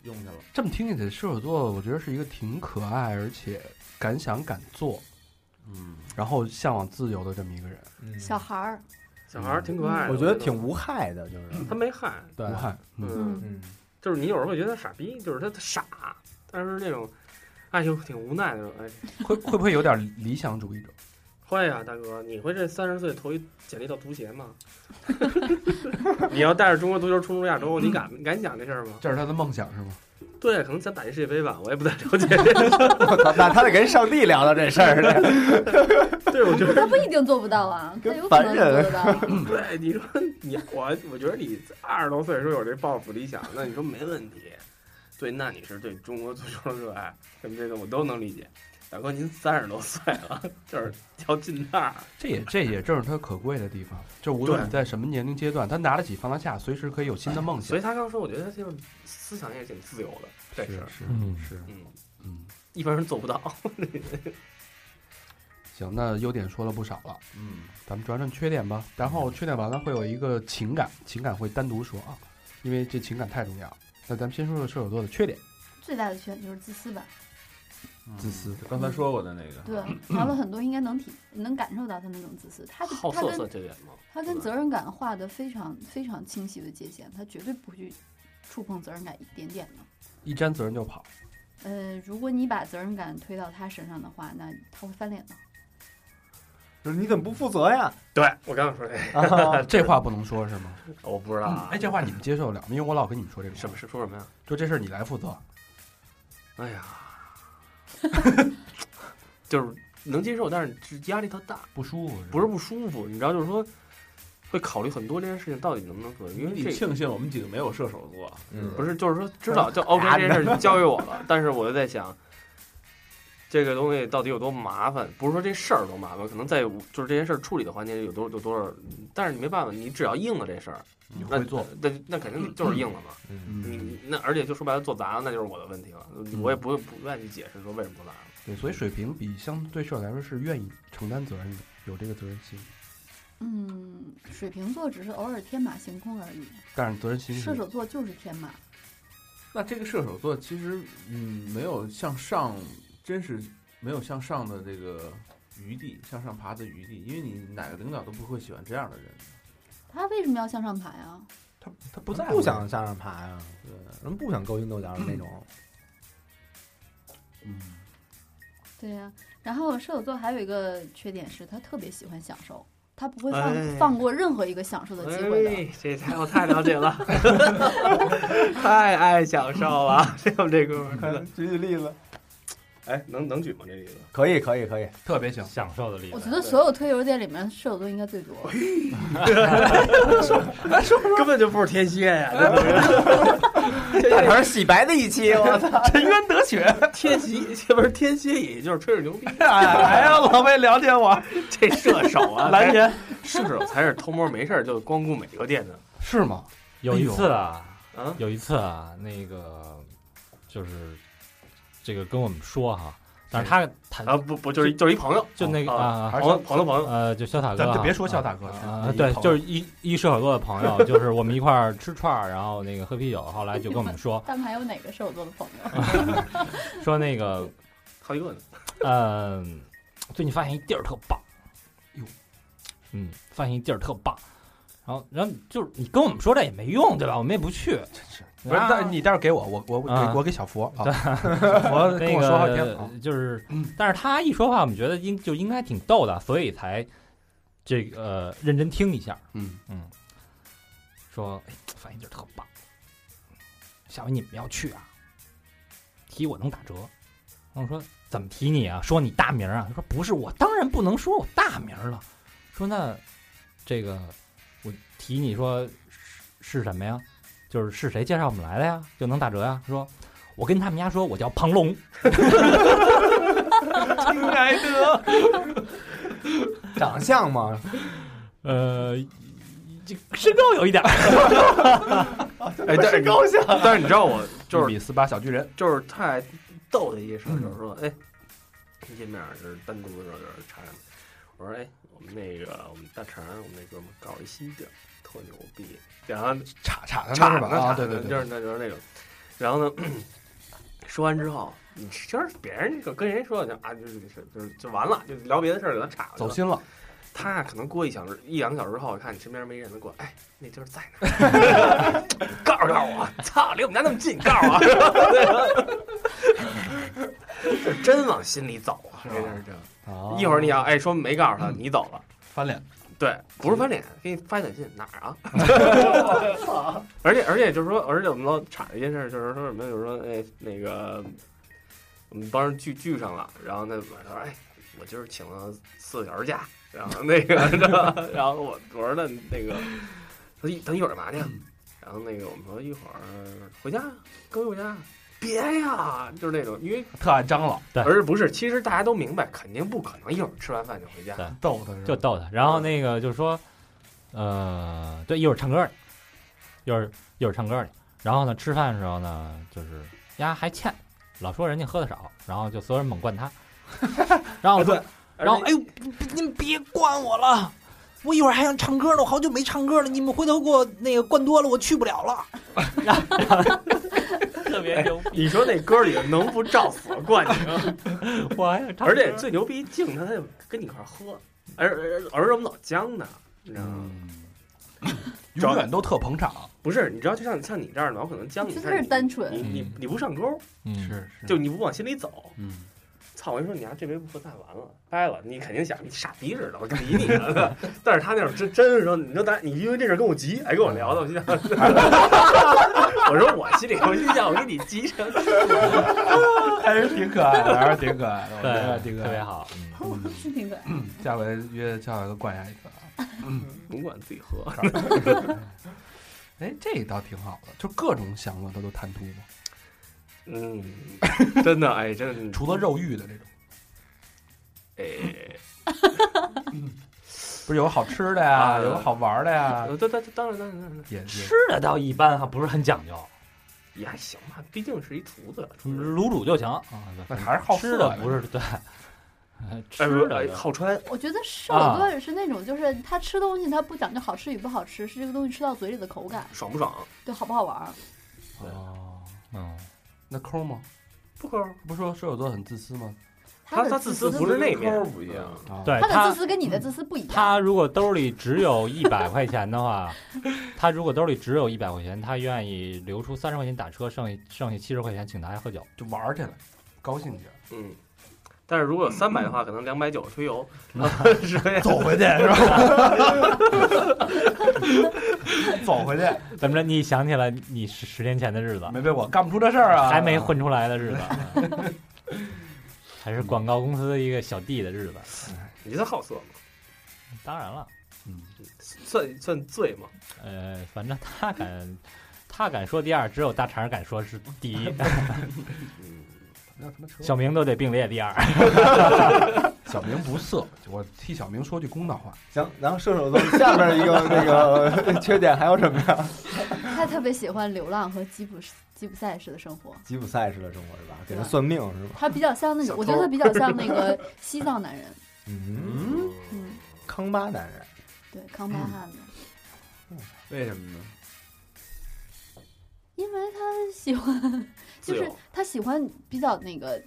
用去了。这么听起来，射手座我觉得是一个挺可爱，而且敢想敢做，嗯，然后向往自由的这么一个人。嗯小孩儿，嗯小孩儿挺可爱的，我觉得挺无害的，就是他没害，对武，汉， 嗯，嗯，嗯， 就是你有时候会觉得他傻逼，就是他他傻，但是那种，哎呦，挺无奈的那种，哎，会会不会有点理想主义者？会啊，大哥，你会这三十岁投一简历到足协 吗？你要带着中国足球冲出亚洲，你 敢你敢讲这事儿吗？这是他的梦想是吗？对，可能咱打进世界杯吧，我也不太了 解这个。我操那他得跟上帝聊聊这事儿去。对，我觉得他不一定做不到啊，他跟有可凡能做人得到。对，你说你我，我觉得你二十多岁时候有这抱负理想，那你说没问题。对，那你是对中国足球的热爱，什么这个我都能理解。大哥，您三十多岁了， 就是要进那儿，这也这也正是他可贵的地方，就无论对你在什么年龄阶段，他拿得起放得下，随时可以有新的梦所想以。他刚说，我觉得他就是思想也挺自由的，这事儿，是嗯是，嗯，嗯，一般人做不到。行，那优点说了不少了，嗯，咱们转转缺点吧。然后缺点完了会有一个情感，情感会单独说啊，因为这情感太重要。那咱们先说说射手座的缺点，最大的缺点就是自私吧。嗯嗯自私。刚才说过的那个，对，聊了很多，应该能体能感受到他那种自私。他好他色算跟缺点吗？他跟责任感画的非常非常清晰的界限，他绝对不会去触碰责任感一点点的。一沾责任就跑，呃，如果你把责任感推到他身上的话，那他会翻脸的。就是你怎么不负责呀？对我刚想说这哎个，啊这话不能说是吗？我不知道啊哎，。这话你们接受得了吗？因为我老跟你们说这个，什么？是说什么呀？就这事儿你来负责。哎呀， 就是能接受，但是压力特大。不舒服，不是不舒服，你知道，就是说会考虑很多这件事情到底能不能做，因因为为你这个庆幸我们几个没有射手座，嗯不是，就是说知道就 OK 这件事儿交给我了，但是我就在想，这个东西到底有多麻烦？不是说这事儿多麻烦，可能在就是这件事儿处理的环节有多有多少，嗯但是你没办法，你只要应了这事儿，你那会做，那那肯定就是应了嘛。嗯你嗯，你那而且就说白了做砸了，那就是我的问题了，我也不不愿意去解释说为什么做砸了。对，所以水瓶比相对射手来说是愿意承担责任的，有这个责任心，嗯，水瓶座只是偶尔天马行空而已，但是责任心射是手座就是天马。那这个射手座其实嗯没有向上，真是没有向上的这个余地，向上爬的余地，因为你哪个领导都不会喜欢这样的人。他为什么要向上爬呀？他他不在乎不想向上爬呀，对，啊人不想勾心斗角的那种。嗯，对呀、然后射手座还有一个缺点是，他特别喜欢享受，他不会放、哎放过任何一个享受的机会的。哎、这太我太了解 了，太爱享受了， 这我们这哥们儿真的。嗯举举例子，哎，能能举吗？这例子？可以，可以， 可以。特别想享受的例我觉子。得所有推油店里面，射手座应该最多。 哎根本就不是天蝎 呀、这头洗白的一期，我操！沉冤得雪， 天蝎这不是天蝎，也就是吹着牛逼。哎呀，老魏了解我， 这射手 啊，蓝人射手才是偷摸没事儿就光顾美妆店 的是吗？有一次啊，哎啊。有一次啊，那个就是这个跟我们说哈，但是他他啊不不就是一就是一朋友，就那个啊，啊还朋是友朋友朋友，呃，就潇洒哥咱啊，就别说潇洒哥啊，对，就是一一射手座的朋友，就是我们一块儿吃串儿，然后那个喝啤酒，后来就跟我们说但凡有哪个 射手座的朋友，说那个好几个呢。嗯，最近发现一地儿特棒，哟，嗯，发现一地儿特棒，然后然后就是你跟我们说这也没用，对吧？我们也不去，不是，但你待会儿给我，我我我啊给我给小佛啊，小佛 跟那我说好几天啊个，就是， 但是他一说话，我们觉得应就应该挺逗的，所以才这个、呃、认真听一下。嗯嗯，说哎，发现地儿特棒，下回你们要去啊，提我能打折。然后说怎么提你啊？说你大名啊？他说不是，我当然不能说我大名了。说那这个我提你说是是什么呀？就是是谁介绍我们来的呀？就能打折呀？说我跟他们家说我叫庞龙，来的长相 嘛，呃，这身高有一点儿，哎，但是高兴。但是你知道我就是米四八小巨人，就是太逗的一个事嗯儿，就是说，哎，一见面儿就是单独的时候就是查查，我说，哎，我们那个我们大肠，我们那哥们儿搞一新地儿，特牛逼，然后叉叉的差是吧？啊，对对对，就是那就是那种，然后呢， 说完之后，你就是别人就跟人说就啊，就是就是就完了，就聊别的事儿给他岔了，走心了，他可能过一小时一两个小时后，看你身边没人了，过来，哎，那地儿在哪 儿？告诉告诉我，操，离我们家那么近，告诉我。这真往心里走啊，这是这。啊一会儿你要哎说没告诉他，你走了，翻脸，对，不是翻脸，给你发一短信哪儿啊？而且而且就是说，而且我们老插一件事儿，就是说什么，就是说哎那个我们帮人聚聚上了，然后那晚上哎，我今儿请了四个小时假，然后那个 然后我我说那那个他说一等一会儿干嘛去啊？然后那个我们说一会儿回家，跟回家。别呀，就是那种，因为特爱张老，而不是，其实大家都明白，肯定不可能一会儿吃完饭就回家对。逗他是就吧？逗他。然后那个就说，呃，对，一会儿唱歌去，一会儿一会儿唱歌去。然后呢，吃饭的时候呢，就是呀还欠，老说人家喝的少，然后就所有人猛灌他。然后我说，然后哎呦，你们别灌我了。我一会儿还想唱歌呢，我好久没唱歌了。你们回头给我那个灌多了，我去不了了。 然后，然后 特别牛逼，你说那歌里能不照死灌啊你吗？我还想唱歌。而且最牛逼，敬他他就跟你一块儿喝，而而而我们老姜呢，你知道嗯吗？永远都特捧场，不是，你知道，就像像你这样的，我可能姜你真看的是你单纯你你嗯你不上钩，嗯，是就你不往心里走。嗯，操！我跟你说，你丫这杯不喝，那完了，掰了。你肯定想，你傻逼似的，我理你呢。 但是他那种真真是说，你说咱你因为这事儿跟我急，还跟我聊的，我心想，我说我心里我心想，我跟你急成 还是挺可爱的，还是挺可爱的，我觉得对，挺可特爱别的。好。嗯是挺可爱。下回约叫小哥灌下一个啊。甭管自己喝。 哎，这倒挺好的，就各种享乐他都贪图嘛，嗯，真的，哎，真的，除了肉欲的这种，哎。哎 不是有好吃的呀，啊有好玩的呀，呃，当当当然当然当然，也也吃的倒一般哈，不是很讲究，也还行吧，毕竟是一厨子。卤煮就行啊。那还是好吃色的呀不是 对，哎吃的哎就好穿，我觉得射啊手座是那种，就是他吃东西他不讲究好吃与不好吃，是这个东西吃到嘴里的口感，爽不爽？对，好不好玩儿。哦，嗯，那抠吗？不抠。不是说射手座很自私吗？他的他自私不是那面抠不一样，啊，对他的他自私跟你的自私不一样。他如果兜里只有一百块钱的 话，他如果兜里只有一百块钱，他愿意留出三十块钱打车，剩下剩下七十块钱请大家喝酒。就玩起来，高兴点，嗯，但是如果有三百的话，可能两百九吹 油，是吧？走回去是吧？走回去，怎么着？你想起来你十十年前的日子，没被我干不出这事儿啊，啊还没混出来的日子， 还是广告公司的一个小弟的日子？ 你这好色吗？当然了，算算醉吗？呃，反正他敢。他敢说第二，只有大肠敢说是第一，嗯，那他妈扯小明都得并列 第二。小明不色，我替小明说句公道话，行，然后射手座下边一个那个 缺点还有什么呀？他特别喜欢流浪和吉普吉普赛式的生活，吉普赛式的生活是吧？给他算命是吧？他比较像那种，我觉得他比较 像那个西藏男人，嗯，嗯，嗯，康巴男人，对，康巴汉的，为什么呢？因为他喜欢，自就是由。他喜欢比较那个，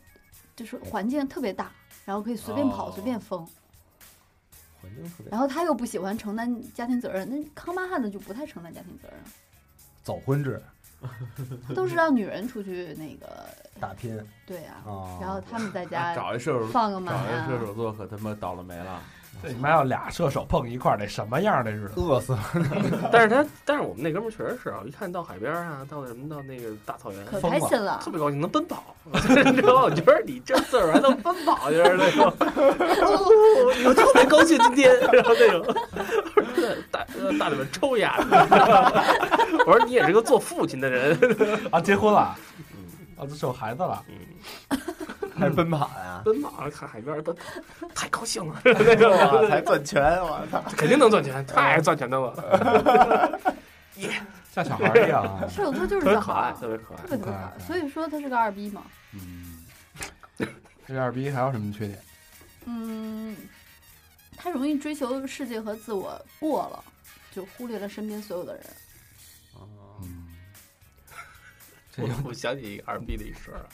就是环境特别大，然后可以随便跑、哦随便疯，环境特别然后他又不喜欢承担家庭责任，那康巴汉的就不太承担家庭责任，早婚制他都是让女人出去那个，打拼对啊，啊，然后他们在家找一射手，哎放个马找一射呀，手座可他妈倒了霉了。 这你妈要俩射手碰一块儿，得什么样儿那日子？饿死了，但是他，但是我们那哥们儿确实是啊，一看到海边儿啊，到什么到那个大草原，可疯开了心了特，别高兴，能奔跑， 你知道吗？我觉得你这岁数还能奔跑，就是那 种，哦我特别高兴今天， 然后那种，我说大呃大里边抽烟， 我说你也是个做父亲的人，啊，结婚了，啊，这是有孩子了，嗯，还奔跑呀， 奔跑看海边儿奔跑，太高兴了， 哇才赚钱，我操！肯定能赚钱，太赚钱的了，像小孩儿一样啊。射手座就是特别可个 好爱，啊，特别可爱特。别特别可爱好可，爱所以说他是个二逼嘛，嗯这二逼还有什么缺点？嗯，他容易追求世界和自我过了，就忽略了身边所有的人。嗯这我有我想起一个二逼的一事儿啊，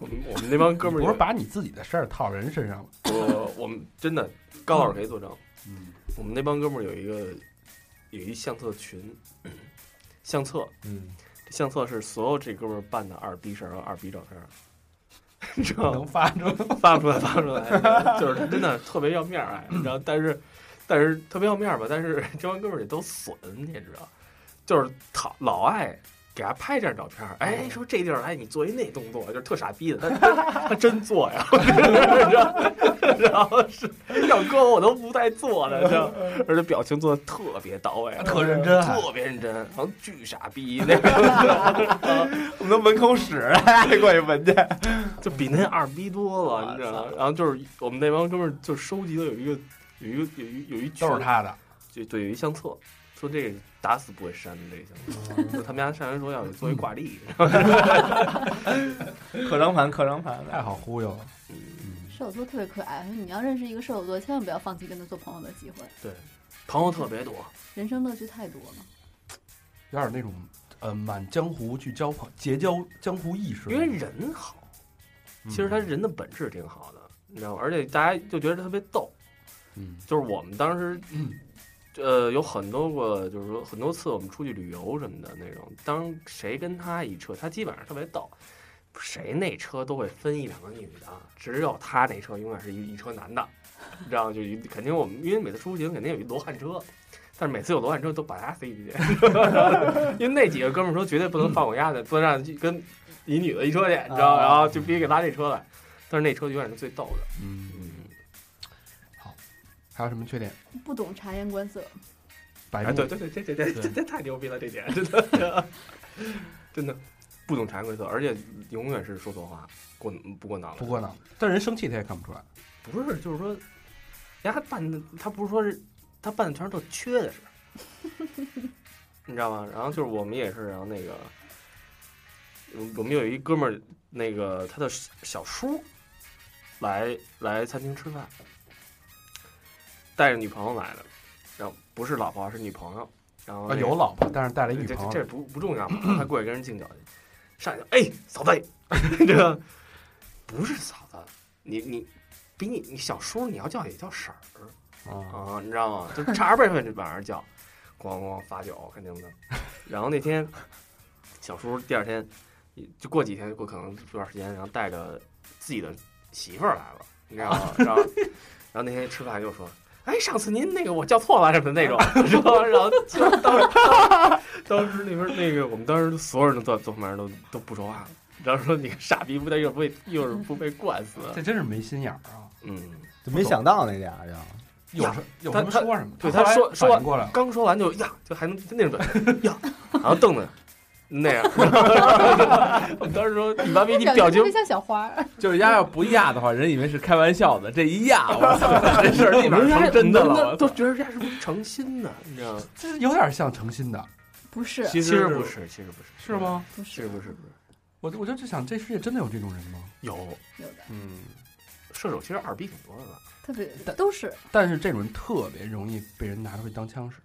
我们我们那帮哥们儿你有不是把你自己的事儿套人身上了？我我们真的高老师可以作证，我们那帮哥们儿有一个有一相册群，相册嗯，这相册是所有这哥们儿办的二逼事儿和二逼照片儿，你知道吗能？发出来发不出来，发不出来，就是他真的特别要面儿，哎，然后但是但是特别要面儿吧，但是这帮哥们儿也都损，你也知道，就是讨老爱给他拍张照片儿，哎，说这地儿，哎，你做一那动作，就是特傻逼的，他他他真做呀， 然后是要搁我都不带做的，就而且表情做的特别到位，啊特认真还特别认真，然后巨傻逼那个。我们都闻口屎， 哎过去闻去。就比那二逼多了，你知道吗？然后就是我们那帮哥们儿就收集了有一个有一个有一有一群 都是，他的，就对有一相册，说这个打死不会删的这个相哦册，就他们家上人说要做一挂历，嗯 刻张盘，刻张盘，太好忽悠了。嗯射手座特别可爱，你要认识一个射手座，千万不要放弃跟他做朋友的机会，朋友特别多，人生乐趣太多了。有点那种呃满江湖去交朋结交江湖嗯义士，因为人好，其实他人的本质挺好的，你知道吗？而且大家就觉得特别逗，嗯，就是我们当时，呃，有很多个，就是说很多次我们出去旅游什么的那种，当谁跟他一车，他基本上特别逗，谁那车都会分一两个女的，啊只有他那车永远是一一车男的，你知道吗就一肯定我们因为每次出行肯定有一罗汉车。但是每次有罗汉车都把他塞进去， 因为那几个哥们儿说绝对不能放我丫的，不能让跟一女的一车去，你知道吗？然后就必须给拉这车来。但是那车永远是最逗的。嗯，嗯，还有什么缺点？不懂察言观色，白哎，目对对对，这这这这这太牛逼了，这点 真的真的不懂察言观色，而且永远是说错话，过不过脑子，不过脑，但人生气他也看不出来。不是就是说，人家办的他不是说是他办的全是特缺的事儿，你知道吗？然后就是我们也是，然后那个嗯我们有一哥们儿，那个他的小叔来来餐厅吃饭，带着女朋友来的，然后不是老婆是女朋友，然后啊，那个有老婆，但是带了一女哦这朋这友这，不不重要嘛，他过去跟人敬酒去，上去哎嫂 子，这个不是嫂子，你你比你你小叔你要叫也叫婶儿啊，啊，你知道吗？就差辈分往上叫，咣咣发酒肯定的。然后那天小叔第二天就过几天过可能这段时间，然后带着自己的媳妇儿来了，你知道吗？然后然后那天吃饭又说。哎，上次您那个我叫错了什么的那种，然后然后就当时当时那边那个我们当时所有人都坐坐旁边都都不说话了，然后说你个傻逼不但一会儿被一会儿不被灌死，这真是没心眼儿啊！嗯，就没想到那点儿就。有什有他什么他说什么？对后他来说说反应过来了，刚说完就呀，就还能那种表情呀，然后瞪瞪那样。 我们当时说你妈逼，你表情特别像小花儿， 就是压要不压的话，人以为是开玩笑的，这一压，我操，这事儿立马成真的了，我都操觉得人家是不是诚心的，你知道吗？这是有点像诚心的，不是其其实不是，其实不是，是？吗？不其是实不是，不是我我就就想，这世界真的有这种人吗？有有的，嗯，射手其实二逼挺多的吧？特别但都是但是这种人特别容易被人拿出去当枪使。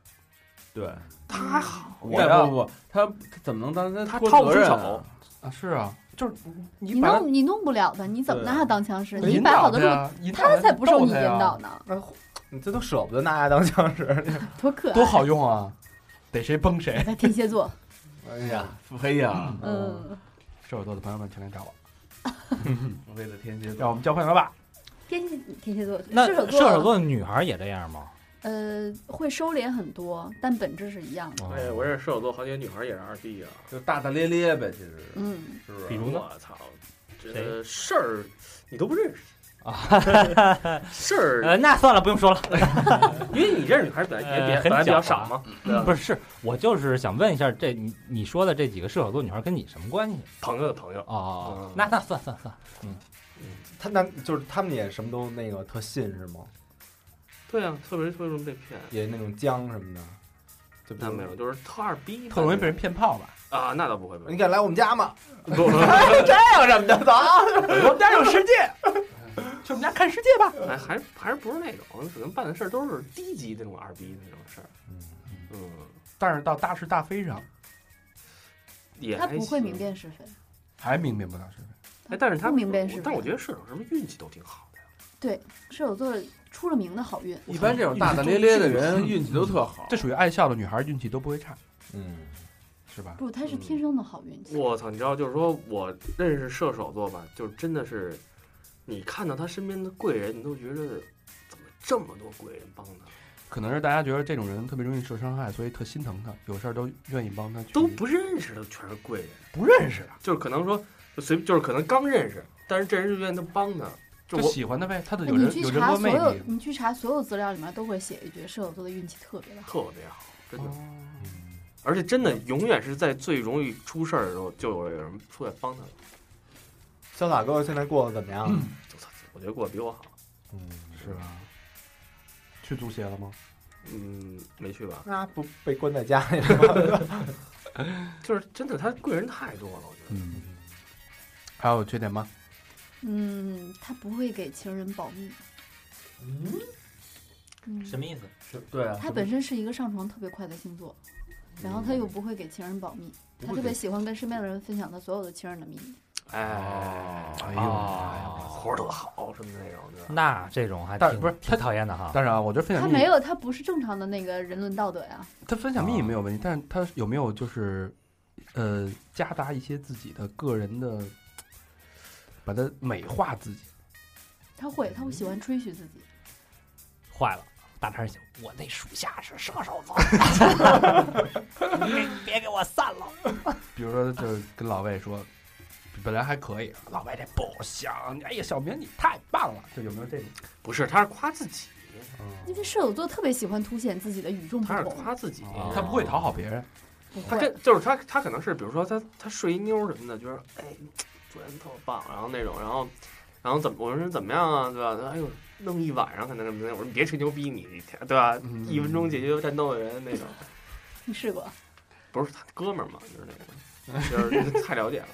对。他好，但不不，不他他怎么能当他他脱掏不责出任手啊？啊，是啊，就是你你你把啊弄你弄不了他，你怎么拿他当枪使？他你引摆好导的他路，呀，引导他才不受逗你他引呀导，呢，你嗯这都舍不得拿它当枪使， 多可爱！多好用啊！逮谁崩 谁。哎天蝎座，哎呀，腹黑呀，嗯，射手座的朋友们，请来找我， 为了天蝎让我座，们交朋友吧。天蝎天蝎座，那射手射手座的女孩也这样吗？呃会收敛很多，但本质是一样的。嗯哎，我认识射手座好几个女孩也是二逼啊，就大大咧咧呗，其实嗯，是不是？比如呢我操，这事儿你都不认识啊，事儿， 呃，那算了，不用说了。因为你认识女孩本来也呃也很本来比较小少啊嘛，不是，是我就是想问一下，这你你说的这几个射手座女孩跟你什么关系？朋友的朋友，哦嗯，那那算 算算，他那就是他们也什么都那个特信是吗？对啊，特别特别容易被骗。也那种僵什么的，就比那如没有，就是特二逼，特容易被人骗炮吧？啊，那倒不会，不会你敢来我们家吗？不不不还有什么的，走，我们家有世界，去我们家看世界吧。哎，还还是不是那种，可能办的事儿都是低级那种二逼的那种事儿。嗯，但是到大是大非上也他还不会行明。辨是非，还明辨不了是非。哎，但是他不明辨是非。但我觉得射手什么运气都挺好的。射手座出了名的好运，一般这种大大咧咧的人运气都特好这，属于爱笑的女孩，运气都不会差，嗯，是吧？不，他是天生的好运气。我操，你知道，就是说我认识射手座吧，就是真的是，你看到他身边的贵人，你都觉得怎么这么多贵人帮他，可能是大家觉得这种人特别容易受伤害，所以特心疼他，有事儿都愿意帮他去。都不认识的全是贵人，不认识啊，就是可能说随就是可能刚认识，但是这人就愿意帮他。就就我喜欢他呗。他的有哎你人嗯去有人查格所魅有力，。你去查所有资料里面都会写一句，射手座的运气特别的好。特别好，真的。哦而且真的永远是在最容易出事儿的时候，就有人出来帮他了。潇洒哥现在过得怎么样？啊我操，我觉得过得比我好。嗯，是吧？去足协了吗？嗯，没去吧？那不被关在家里了吗？就是真的，他贵人太多了，我觉得。嗯。还有缺点吗？嗯，他不会给情人保密。嗯，什么意思？是对啊，他本身是一个上床特别快的星座，然后他又不会给情人保密，嗯他特别喜欢跟身边的人分享他所有的情人的秘密。哎，哎呦，哦，活儿多好什么的那种，对吧？那这种还但挺不是挺讨厌的哈。但是啊，我觉得分他享没密，有，他不是正常的那个人伦道德呀。他分享密没有问题，但是他有没有就是，呃，夹杂一些自己的个人的，把它美化自己？他会，他会喜欢吹嘘自己。坏了，大肠想，我那属下是射手 座，别别给我散了。比如说，就是跟老魏说，本来还可以，老魏这不行，哎呀，小明你太棒了，就有没有这种？不是，他是夸自己，因为射手座特别喜欢凸显自己的与众不他是同，夸自己。哦他不会讨好别人，不他会跟就是他，他可能是比如说他他睡一妞什么的，觉得哎，昨天特棒，然后那种，然后然后怎么我说怎么样啊，对吧？他说哎呦，弄一晚上可能什么的，我说你别吹牛逼，你对吧？嗯一分钟解决战斗的人那种。你试过？不是他哥们儿嘛，就是那个，就是 太了解了。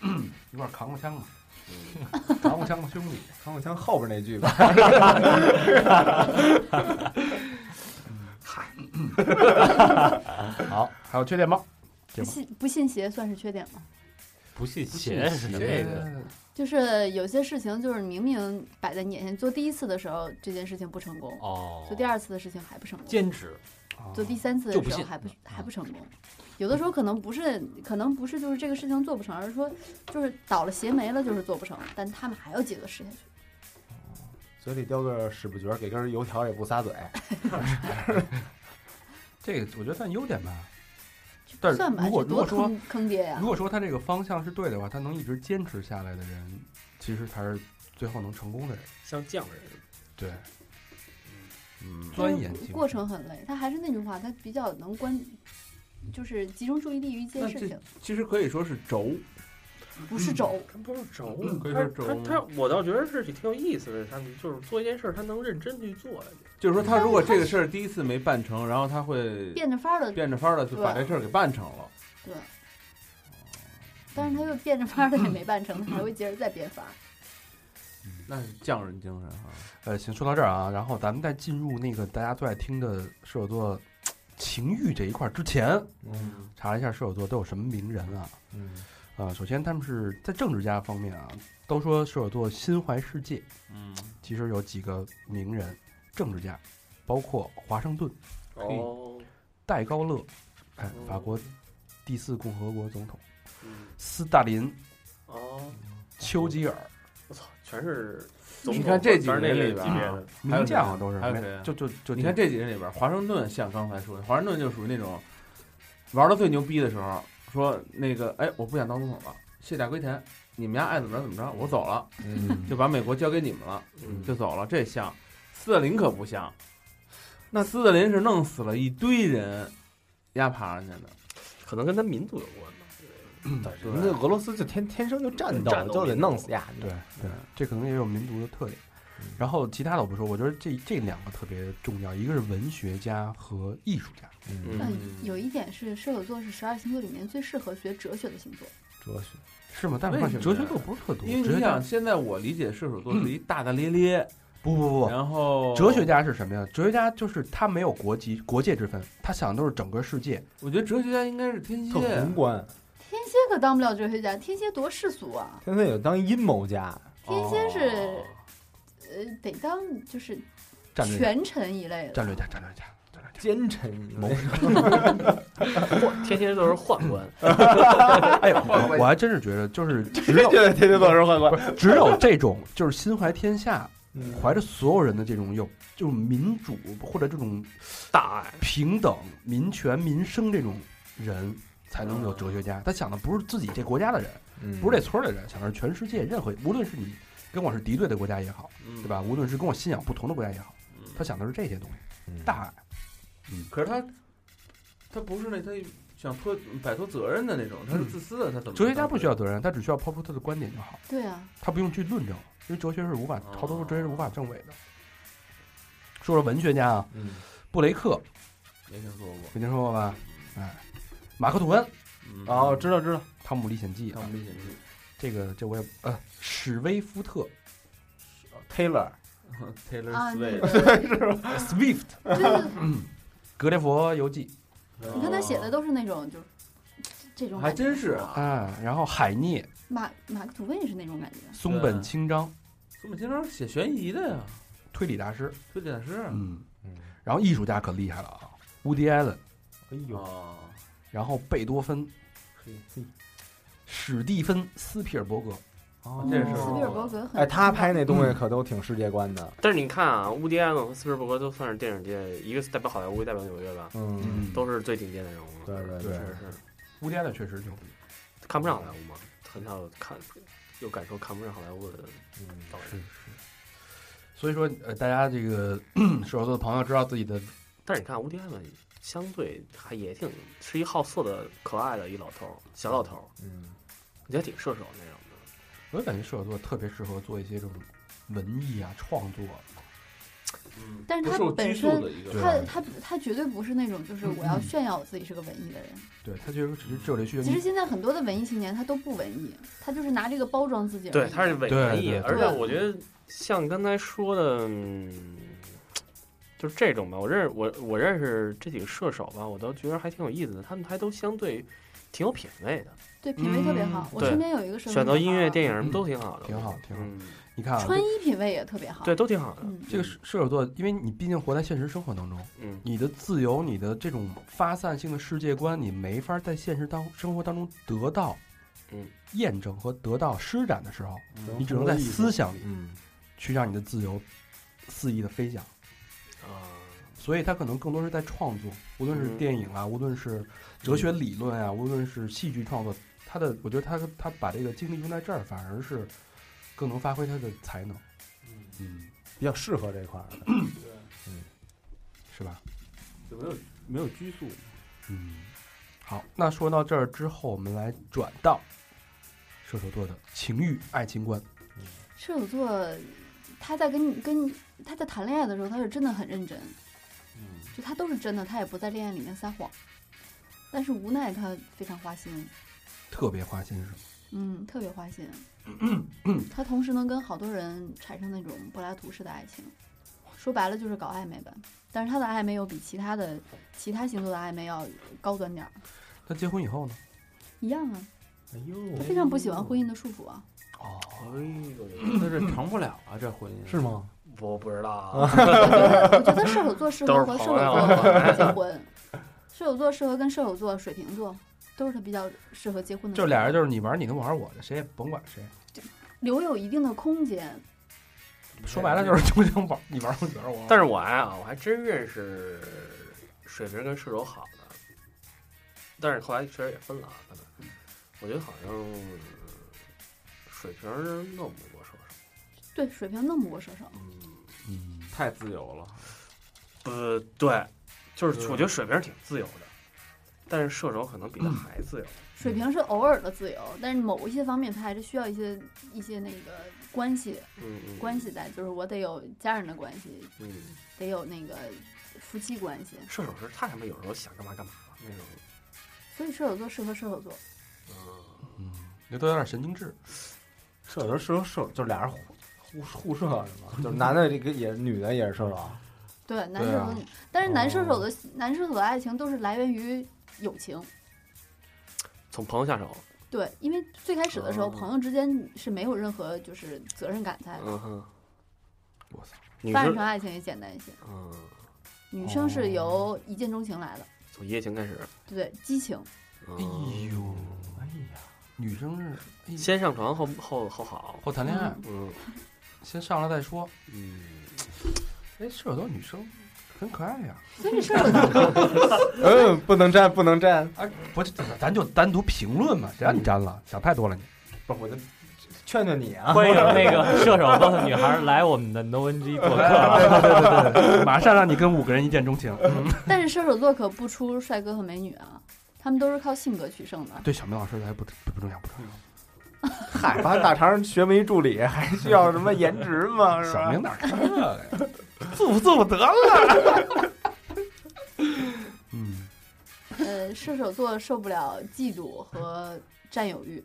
嗯一块儿扛过枪嘛，嗯扛过枪的兄弟。唐永强后边那句吧，好，还有缺点吗？不对吧信不信邪算是缺点吗？不信邪是什么意思？就是有些事情，就是明明摆在你眼前，做第一次的时候这件事情不成功，哦，做第二次的事情还不成功，坚持做第三次就的不时候信还不嗯还不成功。有的时候可能不是，可能不是就是这个事情做不成，而是说就是倒了邪霉了，就是做不成，但他们还要接着试下去。嘴里叼个屎不角，给根油条也不撒嘴，这个我觉得算优点吧。但就是算吧，如果这多如果说坑坑爹呀如！果说他这个方向是对的话，他能一直坚持下来的人，其实才是最后能成功的人。像匠人，对，嗯，但钻是研精神过程很累，他还是那句话，他比较能关，就是集中注意力于一件那事这嗯情，其实可以说是轴，不是轴。他不是啊轴嗯可以他说轴他他，我倒觉得是挺有意思的。他就是做一件事儿，他能认真去做下去。就是说他如果这个事儿第一次没办成，然后他会变着法儿的变着法儿的就把这事儿给办成了。对，但是他又变着法儿的也 没办成，他还会接着再变法儿。那是匠人精神啊哈、呃，行，说到这儿啊，然后咱们再进入那个大家最爱听的射手座情欲这一块儿之前，嗯查了一下射手座都有什么名人啊。嗯，啊、首先他们是在政治家方面啊，都说射手座心怀世界，嗯，其实有几个名人政治家，包括华盛顿、哦，戴高乐，哎，哦嗯法国第四共和国总统嗯斯大林、哦，丘吉尔，哦我操，全是总统。你看这几全是那人个里边级别啊的，还名有谁将啊都是，还有没谁啊就就就你看这几人里边，华盛顿像刚才说的，华盛顿就属于那种玩的最牛逼的时候，说那个哎，我不想当总统了，卸甲归田，你们家爱怎么着怎么着，我走了， 嗯，就把美国交给你们了，嗯就走了。这像斯大林可不像，那斯大林是弄死了一堆人，压爬上去的。可能跟他民族有关吧。对人家嗯俄罗斯就天天生就战斗，战斗就得民弄族死嗯呀。对对，这可能也有民族的特点。然后其他的我不说，我觉得这这两个特别重要，一个是文学家和艺术家，嗯，嗯嗯，，有一点是射手座是十二星座里面最适合学哲学的星座。哲学是吗？但是为发现什哲么学呀课不是特多，因为哲你学想，家现在我理解射手座是一大大咧咧，不不不不，然后哲学，家是什么呀？哲学家就是他没有国籍国界之分，他想的都是整个世界。我觉得哲学家应该是天特蝎宏，观，天蝎可当不了哲学家，天蝎多世俗啊！天天有当阴谋家，天蝎是哦呃，得当就是战略家权臣一类的。战略家，战略家，战略家。奸臣谋士。宦天蝎座是宦 官，哎呦，我我还真是觉得， 就是 只谁有觉得天蝎座是宦官？只有这种，就是心怀天下，嗯怀着所有人的这种有这种民主或者这种大爱。平等、民权、民生这种人，才能有哲学家。他想的不是自己这国家的人，嗯不是这村儿的人，想的是全世界任何，无论是你跟我是敌对的国家也好，嗯对吧？无论是跟我信仰不同的国家也好，嗯他想的是这些东西，嗯大爱。嗯可是他他不是那他想脱摆脱责任的那种，他是嗯自私的，他怎么哲学家不需要责任，他只需要抛出他的观点就好，对啊，他不用去论证，因为哲学是无法哦，超多数哲学是无法证伪的。说说文学家啊，嗯布雷克没听说过没听说过吧？哎，马克吐温《嗯哦，知道知道，汤姆历险记》看啊我，们历险记这个这我也呃，史威夫特 Taylor，嗯，Taylor 啊，那 Swift，个 （Swift） 就是格列佛游记你看他写哦的都是那种就是这种还感觉真是啊啊，然后海涅、马马克吐温也是那种感觉。松本清张，怎么经常写悬疑的呀？推理大师，推理大师啊嗯嗯，然后艺术家可厉害了啊，乌迪·艾伦，哎呦，哦，然后贝多芬、嘿嘿史蒂芬·斯皮尔伯格，哦这是嗯斯皮尔伯格很哎，他拍那东西可都挺世界观的，但是你看啊，乌迪艾伦和斯皮尔伯格都算是电影界，一个是代表好莱坞，一个代表纽约吧，嗯，都是最顶尖的人物。对对是对是是，乌迪·艾伦确实牛逼。看不上好莱坞嘛，很少看，有感受看不上好莱坞的嗯导演。是是。所以说，呃，大家这个 射手座的朋友知道自己的，但是你看乌迪艾伦，相对还也挺是一好色的、可爱的一老头儿，小老头儿，嗯，我觉得挺射手那种的。我就感觉射手座特别适合做一些这种文艺啊、创作。嗯但是他不受本拘束身的一个对他他他绝对不是那种就是嗯我要炫耀我自己是个文艺的人。对他就是只只有这需求。其实你现在很多的文艺青年他都不文艺，他就是拿这个包装自己而已。对，他是伪对文艺，对对而且我觉得像刚才说的，嗯，就是这种吧。我认识我我认识这几个射手吧，我都觉得还挺有意思的，他们还都相对挺有品位的，对品味特别好嗯。我对身边有一个选择音乐、影，电影都挺好的，挺好挺好嗯，你看啊，穿衣品味也特别好。对，，都挺好的。嗯，这个射射手座，因为你毕竟活在现实生活当中，嗯，你的自由、你的这种发散性的世界观，你没法在现实当生活当中得到，嗯，验证和得到施展的时候，嗯你只能在思想里嗯，去让你的自由肆意的飞翔。啊，所以他可能更多是在创作，无论是嗯电影啊，无论是哲学理论啊，无论是戏剧创作，他的我觉得他他把这个精力用在这儿，反而是更能发挥他的才能，嗯，比较适合这块 儿的，是吧？就没有没有拘束，嗯，好，那说到这儿之后，我们来转到射手座的情欲爱情观，射手座他在跟你跟他在谈恋爱的时候，他是真的很认真，嗯，就他都是真的，他也不在恋爱里面撒谎。但是无奈他非常花心，特别花心是吗？嗯，特别 花心。他同时能跟好多人产生那种柏拉图式的爱情，说白了就是搞暧昧呗。但是他的暧昧又比其他的其他星座的暧昧要高端点儿，那结婚以后呢？一样啊。哎呦，他非常不喜欢婚姻的束 缚啊。那这成不了啊，这婚姻是？吗？我不知道啊，我觉得射手座适合和射手啊 座结婚，射手座适合跟射手座、水瓶座都是他比较适合结婚的。就俩人就是你玩你的，我玩我的，谁也甭管谁。留有一定的空间，说 白了就是就想玩你玩我，你玩我。但是我啊，我还真认识水瓶跟射手好的，但是后来确实也分了啊。可能我觉得好像水瓶儿弄不过射手，对水瓶弄不过射手。嗯，太自由了。呃，对，就是我觉得水瓶儿挺自由的，但是射手可能比他还自由。水瓶是偶尔的自由，但是某一些方面他还是需要一些一些那个关系嗯嗯，关系在，就是我得有家人的关系，嗯，得有那个夫妻关系，射手是太他妈有时候想干嘛干嘛了那种。所以射手座适合射手座。嗯，这都有点神经质。射手射手射，就俩人互互互射是吗？嗯就是男的这个也，女的也是射 手。对，男射啊手，但是男哦射手的、男射手的爱情都是来源于友情。从朋友下手。对，因为最开始的时候，哦朋友之间是没有任何就是责任感在的，嗯哼，我操，女发展生成，爱情也简单一些。嗯，女生是由一见钟情来的，从一夜情开始。对不对？激情，嗯哎呦，哎呀，女生是哎先上床后后后好。后谈恋爱，嗯嗯先上来再说。嗯，哎，射手座女生很可爱呀。所以 射手座，嗯，不能沾，不能沾。哎，不是，咱就单独评论嘛，谁让你沾了？想太多了你。不是，我就劝劝你啊。欢迎那个射手座的女孩来我们的 No N G 做客。 对对对对对， 嗯马上让你跟五个人一见钟情。但是射手座可不出帅哥和美女啊，他们都是靠性格取胜的。对小明老师来不不不重要，不重要。嗨，把大肠学没助理，还需要什么颜值吗？是小吧？明哪看这个 呀？祝福祝福得了。 嗯，呃，射手座受不了嫉妒和占有欲，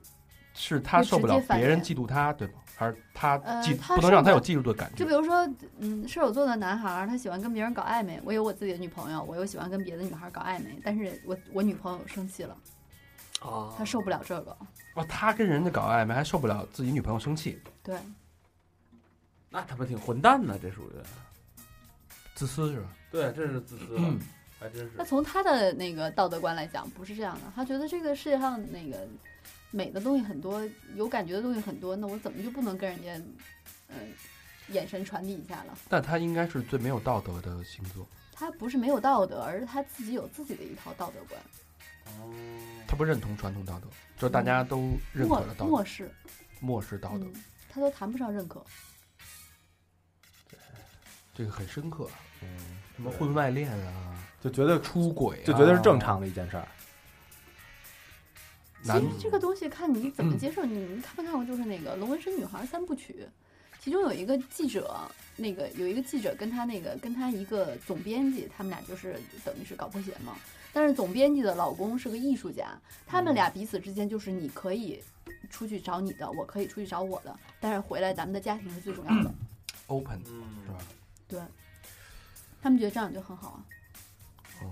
是他受不了别人嫉妒他，对吗？还是他呃嫉、他不能让受不他有了嫉妒的感觉就比？如说，嗯，射手座的男孩儿他喜欢跟别人搞暧昧，我有我自己的女朋友，我又喜欢跟别的女孩儿搞暧昧，但是我我女朋友生气了，啊，他受不了这个，哇，他跟人家搞暧昧还受不了自己女朋友生气，对，那他妈挺混蛋的，这属于。自私是吧？对，这是自私了，还真那是。从他的那个道德观来讲，不是这样的。他觉得这个世界上那个美的东西很多，有感觉的东西很多，那我怎么就不能跟人家嗯、眼神传递一下了？但他应该是最没有道德的星座，他不是没有道德，而是他自己有自己的一套道德观，他不认同传统道德，就是大家都认可漠的道德，漠视，漠视道德，嗯，他都谈不上认可。这个很深刻啊。什么婚外恋啊，就觉得出轨、啊，就觉得是正。常的一件事儿。其男实这个东西看你怎么接受。你你看没看过就是那个《龙纹身女孩》三部曲，其中有一个记者，那个有一个记者跟他那个跟他一个总编辑，他们俩就是等于是搞破鞋嘛。但是总编辑的老公是个艺术家，他们俩彼此之间就是你可以出去找你的，我可以出去找我的，但是回来咱们的家庭是最重要的。 open 嗯是吧？对，他们觉得这样就很好啊。哦，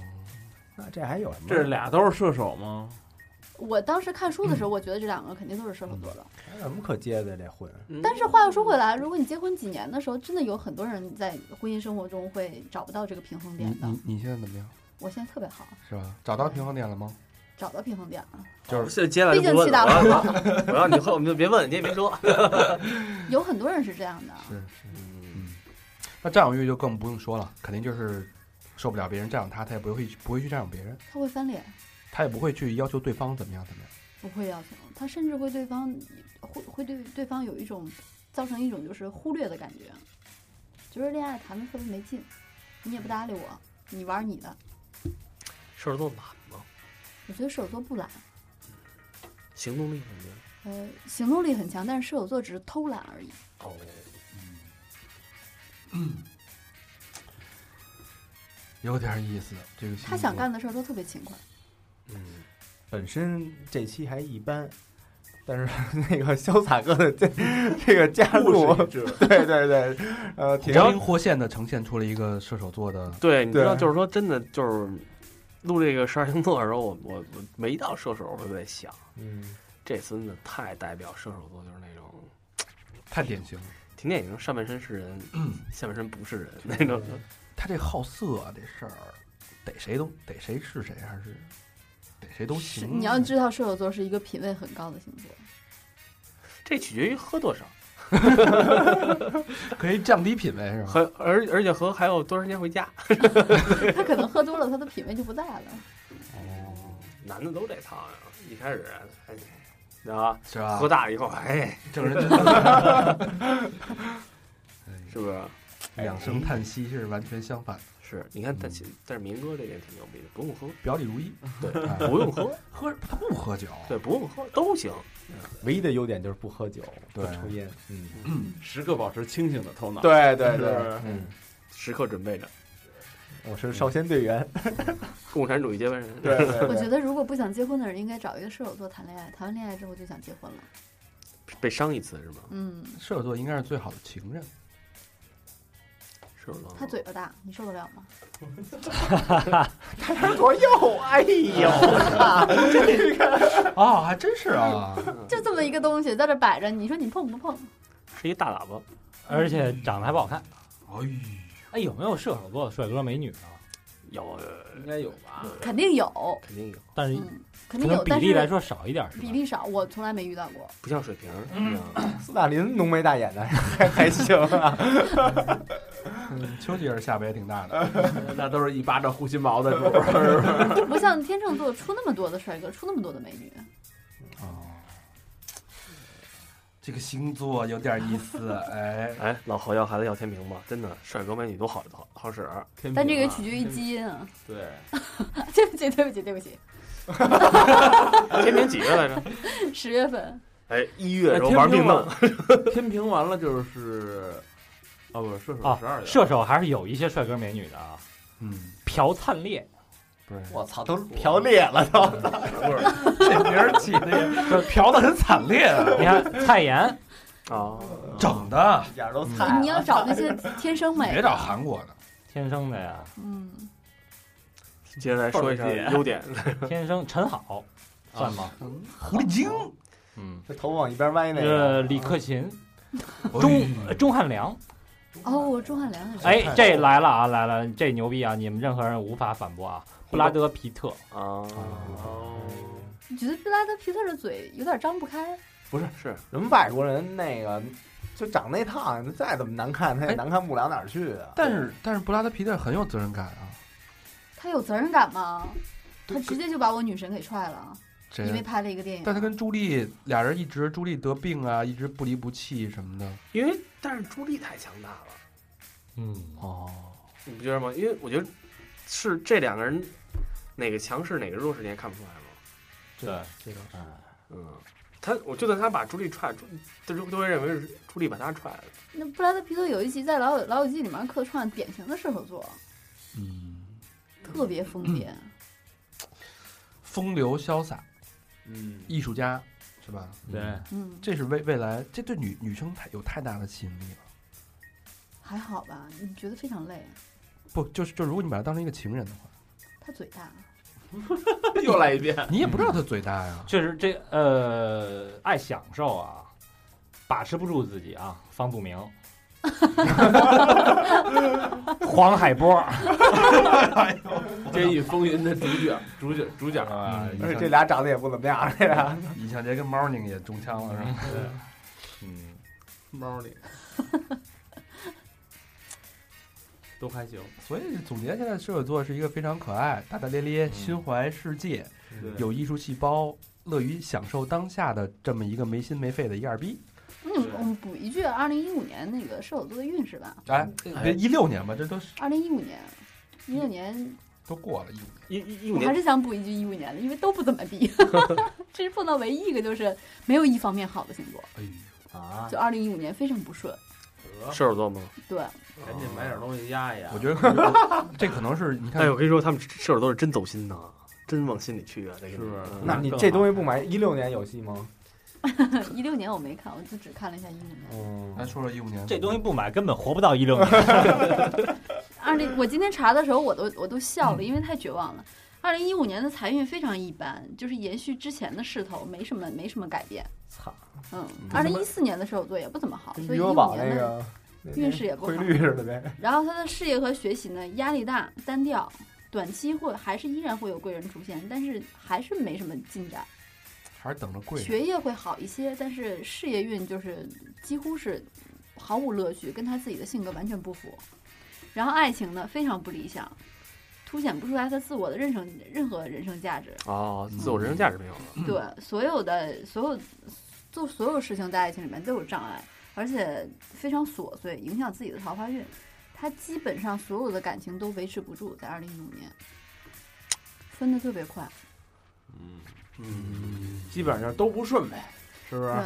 那这还有什么？这俩都是射手吗？我当时看书的时候，我觉得这两个肯定都是射手座的。还有什么可接的这婚？嗯但是话又说回来，如果你结婚几年的时候，真的有很多人在婚姻生活中会找不到这个平衡你点的你。你现在怎么样？我现在特别好，是吧？找到平衡点了吗？找到平衡点了。就是现在接下来毕就竟不问气了大啊。反了， 我让你后，我们就别问，你也别说。有很多人是这样的。是是，嗯。那占有欲就更不用说了，肯定就是受不了别人占有他，他也不会去不会去占有别人，他会翻脸，他也不会去要求对方怎么样怎么样。不会要求他，甚至会对方会会对对方有一种造成一种就是忽略的感觉，就是恋爱谈的特别没劲，你也不搭理我，你玩你的。射手座懒吗？我觉得射手座不懒，行动力很强。呃，行动力很强，但是射手座只是偷懒而已。哦，有点意思，这个星座他想干的事儿都特别勤快。嗯，本身这期还一般，但是 那个潇洒哥的这这个加入，对对对，呃，挺活灵活现的呈现出了一个射手座的， 对，你知道，对就是说，真的就是录这个十二星座的时候，我我我没到射手会不会想，嗯，这孙子太代表射手座，就是那种太典型了。挺典型，上半身是人，下半身不是人那种。他这好色、啊、这事儿，逮谁都逮谁是谁，还是逮谁都是行。啊你要知道，射手座是一个品味很高的星座。这取决于喝多少，可以降低品位是吧？和而而且和还有多长时间回家。他可能喝多了，他的品味就不在了。哦男的都这套呀，啊一开始哎啊，是吧喝？大了以后，哎，正人君子是不是？哎两声叹息是完全相反，是，你看，但其但是民哥这点挺牛逼的，不用喝，表里如一。对， 不用喝，喝他不喝酒，对，不用喝都行。唯一的优点就是不喝酒，不对抽烟。嗯， 时刻保持清醒的头脑。，对对对对，嗯，时刻准备着，我是少先队员。共产主义接班人。对，对我觉对，得如果不想结婚的人，应该找一个射手座谈恋爱，谈完恋爱之后就想结婚了。被伤一次是吗？嗯，射手座应该是最好的情人。是吗？他嘴巴大，你受得了吗？左右，哎呦，哦，还真是啊，就这么一个东西在这摆着，你说你碰不碰？是一大喇叭，而且长得还不好看。哎，哎，有没有射手座的帅哥美女啊？有呃嗯应该有吧？肯定有，肯定有，但是嗯，可肯定有能，哎比但例来是说少一点，是吧比例少，我从来没遇到过。不像水瓶。嗯斯大林浓眉大眼的还还行啊。丘吉尔下巴也挺大的，那都是一巴掌护心毛的主儿。 不像天秤座出那么多的帅哥，出那么多的美女。哦，啊这个星座有点意思，哎，哎，老侯要孩子要天平吧，真的，帅哥美女都好好好使。天平啊但这个取决于基因啊。 对，对不起，对不起，对不起。天平几月来着？十月份，哎，一月哎时候玩命弄，天平完天平完了就是，哦不，射手啊十二，射手还是有一些帅哥美女的啊。嗯，朴灿 烈，我操，都瓢裂了都，这名儿起的嫖的很惨烈啊，你看蔡妍，啊，整的，一点都哎菜你要找那些天生美。啊别找韩国的，天生的呀，嗯，接下来说一下优 点。天生陈好算吗？狐狸精，嗯，这头发往一边歪那呃，个。李克勤、哎呃中钟汉良，哦，钟汉良也是。哎，这来了啊，来了，这牛逼啊！你们任何人无法反驳啊！布拉德皮特，啊，你觉得布拉德皮特的嘴有点张不开，是人外国人那个就长那套，再怎么难看，他也难看不了哪儿去啊。但是但是布拉德皮特很有责任感啊，他有责任感吗？他直接就把我女神给踹了，这因为拍了一个电影。但他跟朱莉俩人一直朱莉得病啊，一直不离不弃什么的。因为，但是朱莉太强大了，嗯，哦，你不觉得吗？因为我觉得是这两个人哪个强势哪个弱势，你也看不出来吗？对，这个嗯，他我就算他把朱莉踹，朱都都会认为是朱莉把他踹了。那布拉德皮特有一集在老《老友记》里面客串，典型的射手座，嗯，特别疯癫。风流潇洒，嗯，艺术家是吧？对，嗯，这是未未来，这对女女生太有太大的吸引力了。还好吧？你觉得非常累？不，就是就如果你把她当成一个情人的话，他嘴大，又来一遍。你也不知道她嘴大呀。确实这呃，爱享受啊，把持不住自己啊，方不明， 黄海波，监狱风云的主角，主角，主角。啊，而且这俩长得也不怎么样，这俩尹相杰跟猫宁也中枪了是吧？嗯，猫里，都还行。嗯所以总结下来，射手座是一个非常可爱、大大咧咧、心怀世界、对有艺术细胞、乐于享受当下的这么一个没心没肺的一二逼。那你我们补一句，二零一五年那个射手座的运势吧。哎，别一六年吧，这都是二零一五年，一六年，都过了一五年。一一一五我还年，是想补一句一五年的，因为都不怎 么地。这是碰到唯一一个就是没有一方面好的星座，哎呦，啊，就二零一五年非常不顺。得射手座吗？对，赶紧买点东西压一压。我觉得可啊能这可能是你看哎，我跟你说，他们射手座是真走心呐，真往心里去啊，这个是不是嗯那你这东西不买，一六年有戏吗？一六年我没看，我就只看了一下一五年。咱啊嗯，说说一五年这东西不买根本活不到一 六年。嗯二零，我今天查的时候，我都我都笑了，因为太绝望了。二零一五年的财运非常一般，就是延续之前的势头，没什么没什么改变。操，嗯，二零一四年的射手座也不怎么好，跟所以余一额五宝年那的，个那运势也不汇好率似的呗。然后他的事业和学习呢压力大、单调，短期会还是依然会有贵人出现，但是还是没什么进展。还是等着贵人。学业会好一些，但是事业运就是几乎是毫无乐趣，跟他自己的性格完全不符。然后爱情呢非常不理想，凸显不出来他自我的任生任何人生价值。哦，自我人生价值没有了，对，所有的所有做所有事情在爱情里面都有障碍，而且非常琐碎，影响自己的桃花运。他基本上所有的感情都维持不住，在二零一五年分的特别快。嗯，基本上就是都不顺呗，是不是？对，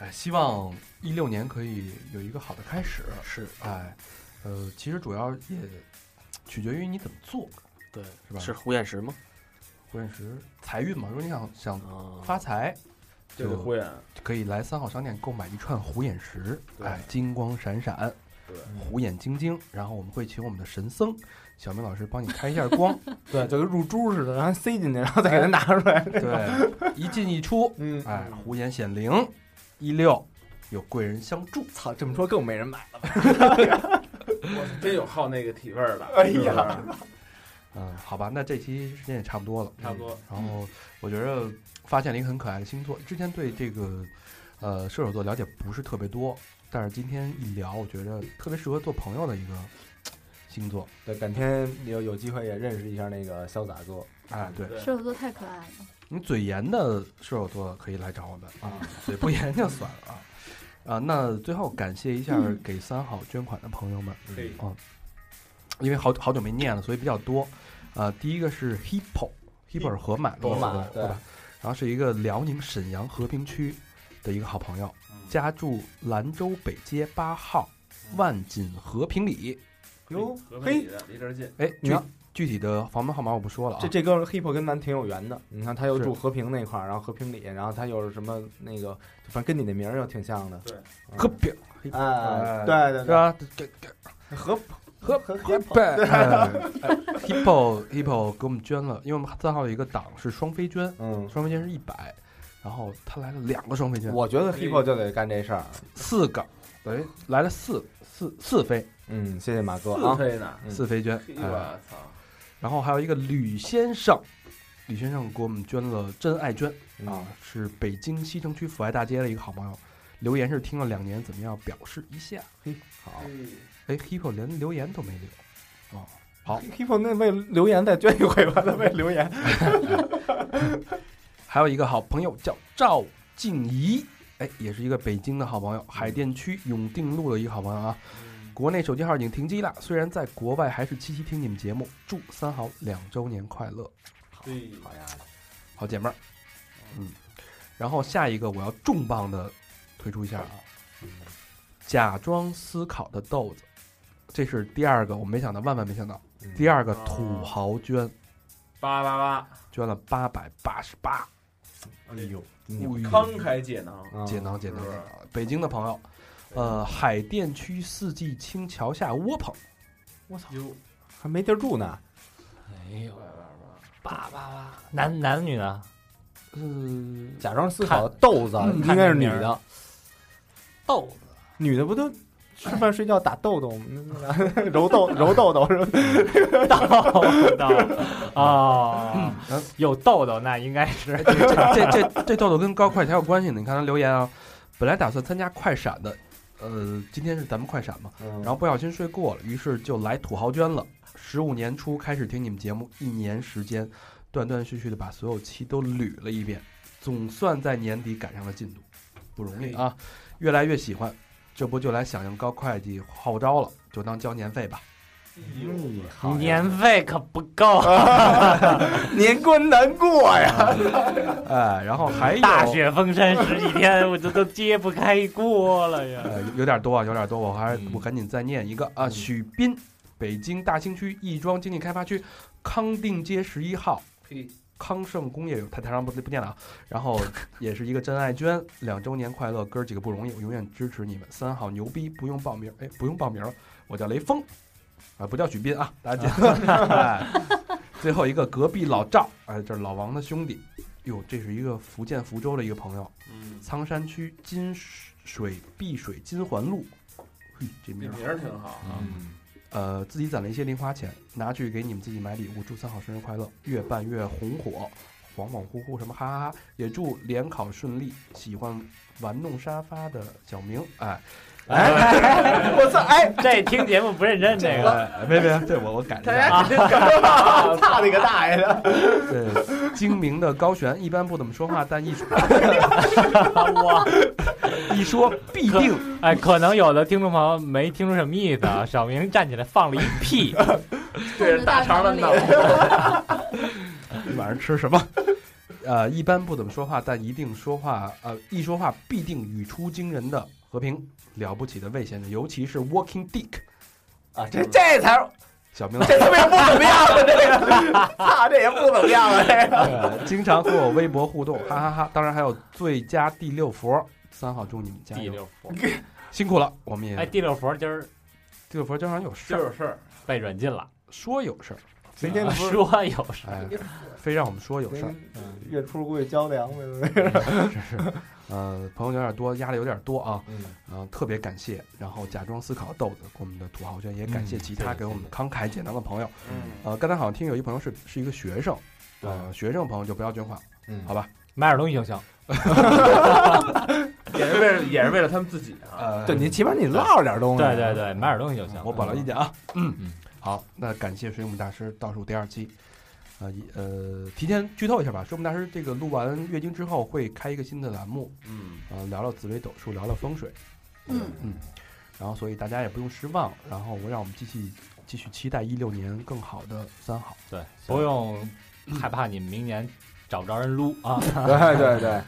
哎，希望一六年可以有一个好的开始。是，啊哎，呃，其实主要也取决于你怎么做，对，是吧？是胡彦石吗？胡彦石财运嘛，如果你想想啊，发财，这个就灰眼，可以来三号商店购买一串虎眼石，对哎，金光闪闪，对，虎眼晶晶。然后我们会请我们的神僧小明老师帮你开一下 光，对，就跟入珠似的，然后塞进去，然后再给它拿出来。对，一进一出，嗯，哎，虎眼显灵，一六有贵人相助，操，这么说更没人买了。我是真有好那个体味儿的，哎是不是呀，嗯，好吧，那这期时间也差不多了，嗯差不多。然后我觉着发现了一个很可爱的星座，之前对这个呃射手座了解不是特别多，但是今天一聊，我觉着特别适合做朋友的一个星座。对，改天有有机会也认识一下那个潇洒哥。哎，对对射手座太可爱了。你嘴严的射手座可以来找我们啊，嘴不严就算了啊。啊，那最后感谢一下嗯给三好捐款的朋友们，可以啊，因为好好久没念了，所以比较多。啊，第一个是 hippo，hippo 是河马的意河思，马对吧？然后是一个辽宁沈阳和平区的一个好朋友，嗯家住兰州北街八号万锦和平里。哟河，北嘿里，的离这儿近，哎，你具看具体的房门号码我不说了啊这。这哥们儿 hippo 跟咱挺有缘的。你看他又是住和平那块儿，然后和平里，然后他又是什么那个，反正跟你那名儿又挺像的。对嗯，和平，哎，对对啊是对，吧？这这和和和对 hippo ，Hippo Hippo 给我们捐了，因为我们三号有一个档是双飞捐，嗯，双飞捐是一百，然后他来了两个双飞捐，我觉得 hippo 就得干这事儿。四个，哎，来了四四四飞嗯，谢谢马哥四啊。推呢，嗯四飞捐，嘿哎我操，然后还有一个吕先生，吕先生给我们捐了真爱捐嗯啊，是北京西城区阜外大街的一个好朋友，留言是听了两年，怎么样？表示一下。嘿，好哎，Hippo 连留言都没留，哦，好，hippo 那为留言再捐一回吧，他为留言。还有一个好朋友叫赵静怡，哎，也是一个北京的好朋友，海淀区永定路的一个好朋友啊。国内手机号已经停机了，虽然在国外还是七七听你们节目，祝三好两周年快乐，对，好呀，好姐妹儿。嗯，然后下一个我要重磅的推出一下啊，假装思考的豆子，这是第二个，我没想到，万万没想到，嗯第二个土豪捐八八八，捐了八百八十八，哎呦，物欲慷慨解囊，啊解囊解囊是解囊。北京的朋友，呃，海淀区四季青桥下窝棚，我操，哟，还没地儿住呢。哎呦八，八叭八，叭叭，男男的女的，呃，假装思考的豆子嗯应该是女看那名的，豆子女的不都吃饭睡觉打豆豆吗， 揉豆揉豆豆是吧？豆豆 哦，有豆豆那应该是哎这这这这这豆豆跟高快才有关系呢。你看他留言啊，本来打算参加快闪的，呃，今天是咱们快闪嘛，然然后不小心睡过了，于是就来土豪捐了。十五年初开始听你们节目，一年时间，断断续续的把所有期都捋了一遍，总算在年底赶上了进度，不容易啊！越来越喜欢，这不就来响应高会计号召了，就当交年费吧。后嗯年费可不够， 年关难过呀，哎，然后还有大雪封山十几天，我这都揭不开锅了 呀。呃，有点多啊，有点多，我还我赶紧再念一个啊，许斌，北京大兴区亦庄经济开发区康定街十一号嘿，康盛工业有，他台上不不念了啊，然后也是一个真爱娟，两周年快乐，哥儿几个不容易，我永远支持你们，三好牛逼，不用报名， 哎，不用报名了，我叫雷锋，啊，不叫许斌啊，大家记得，哎最后一个隔壁老赵，哎，这是老王的兄弟，哟，这是一个福建福州的一个朋友，嗯，苍山区金水碧水金环路，嘿，这这名儿名儿挺好。嗯，呃，自己攒了一些零花钱，拿去给你们自己买礼物，祝三好生日快乐，越办越红火，恍恍惚惚什么哈哈哈，也祝联考顺利。喜欢玩弄沙发的小明，哎，哎，我操！哎，这听节目不认真，这个没没，对我我改一下，啊 操你个大爷的！对，呃精明的高璇一般不怎么说话，但一说 哇，一说必定哎，可能有的听众朋友没听出什么意思 啊。小明站起来放了一 屁，对着大肠的脸，你晚上吃什么？呃，一般不怎么说话，但一定说话，呃，一说话必定语出惊人的和平，了不起的魏先生，尤其是 Walking Dick 啊，这这才小明，这他妈也不怎么样了，这个，操，这也不怎么样了，这个。 呃经常和我微博互动，哈哈哈当然还有最佳第六佛，三号祝你们加第油，六佛，辛苦了，我们也、哎，第六佛今儿第六佛经常有事这儿，种事儿，被软禁了，啊说有事儿，今天不是说有事哎，非让我们说有事儿。月初估计交粮了，是是，呃，朋友有点多，压力有点多啊，嗯呃，特别感谢，然后假装思考豆子给我们的土豪圈，也感谢嗯其他对给我们慷慨解囊的朋友。嗯，呃，刚才好像听有一朋友是是一个学生，呃，学生朋友就不要捐款，嗯 好吧？买点东西就行。也是为了也是为了他们自己嗯啊。呃，对你起码你唠点东西。对对对，买点东西就行。我保留意见啊。嗯嗯，好，那感谢水母大师倒数第二期。呃，一呃，提前剧透一下吧。水母大师这个录完月经之后会开一个新的栏目，嗯，呃，聊聊紫微斗数，聊聊风水，嗯，然后所以大家也不用失望，然后我让我们继续继续期待一六年更好的三好。对，不用害怕你们明年找不着人撸啊。对对对，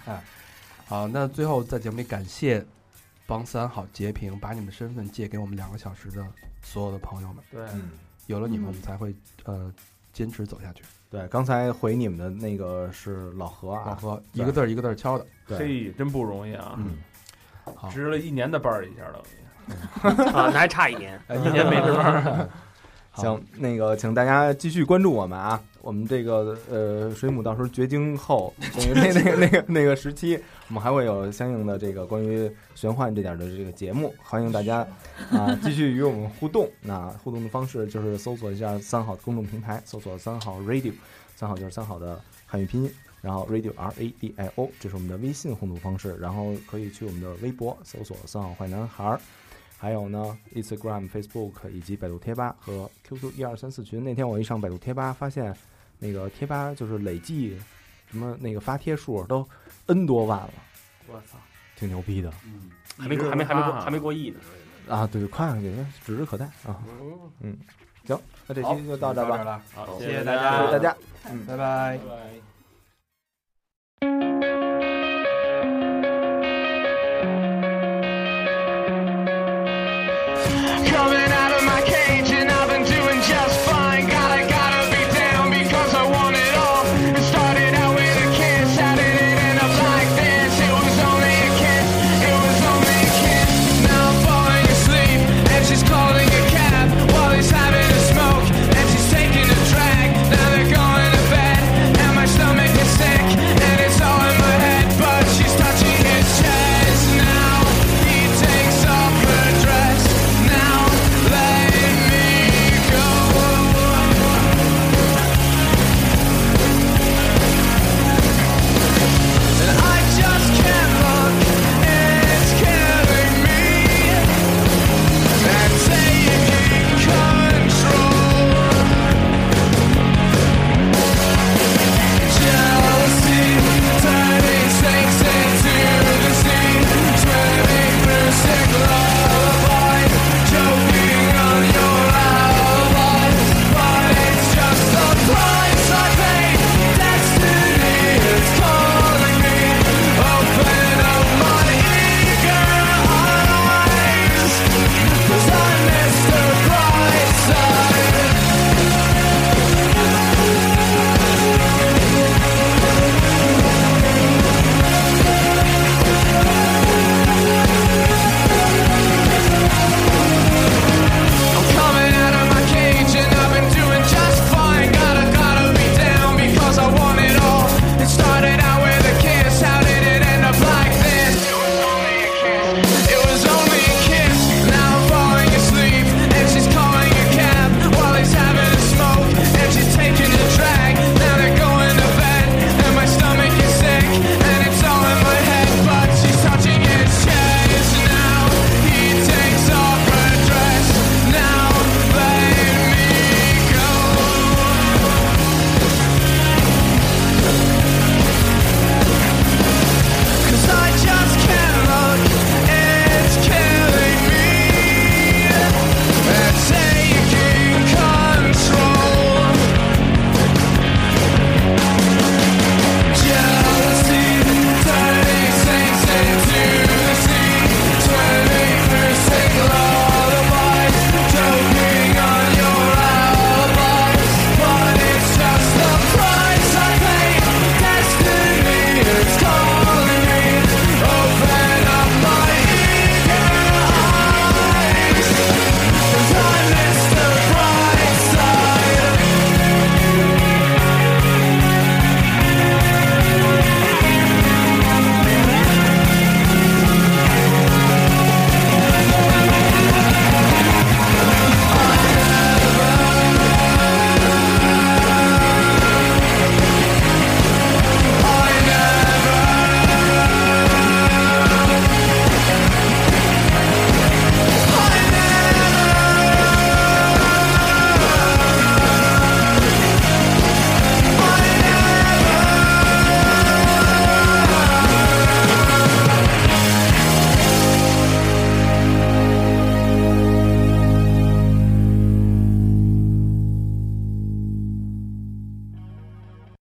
好，那最后在节目里感谢帮三好截屏，把你们的身份借给我们两个小时的所有的朋友们，对，有了你们，嗯我们才会呃坚持走下去。对， 刚才回你们的那个是老何老啊，何一个字儿一个字儿敲的，对，嘿，真不容易啊，嗯，好，值了一年的班儿一下等于。啊，那还差一年。哎一年没值 班儿。好行，那个请大家继续关注我们啊，我们这个呃水母到时候绝经后，那 个那个那个那个时期，我们还会有相应的这个关于玄幻这点的这个节目，欢迎大家啊、继续与我们互动。那互动的方式就是搜索一下三好公众平台，搜索三好 radio，三好就是三好的汉语拼音，然后 radio r a d i o，这是我们的微信互动方式，然后可以去我们的微博搜索三好坏男孩儿。还有呢，Instagram、Facebook 以及百度贴吧和 QQ 一二三四群。那天我一上百度贴吧，发现那个贴吧就是累计什么那个发帖数都 N 多万了，我操，挺牛逼的嗯，还没过，还没还没过还没过亿呢。啊！对，快感觉指日可待啊！行，那这期就到这儿吧，了，好，好谢谢谢谢大大谢谢大家，家。拜拜拜。拜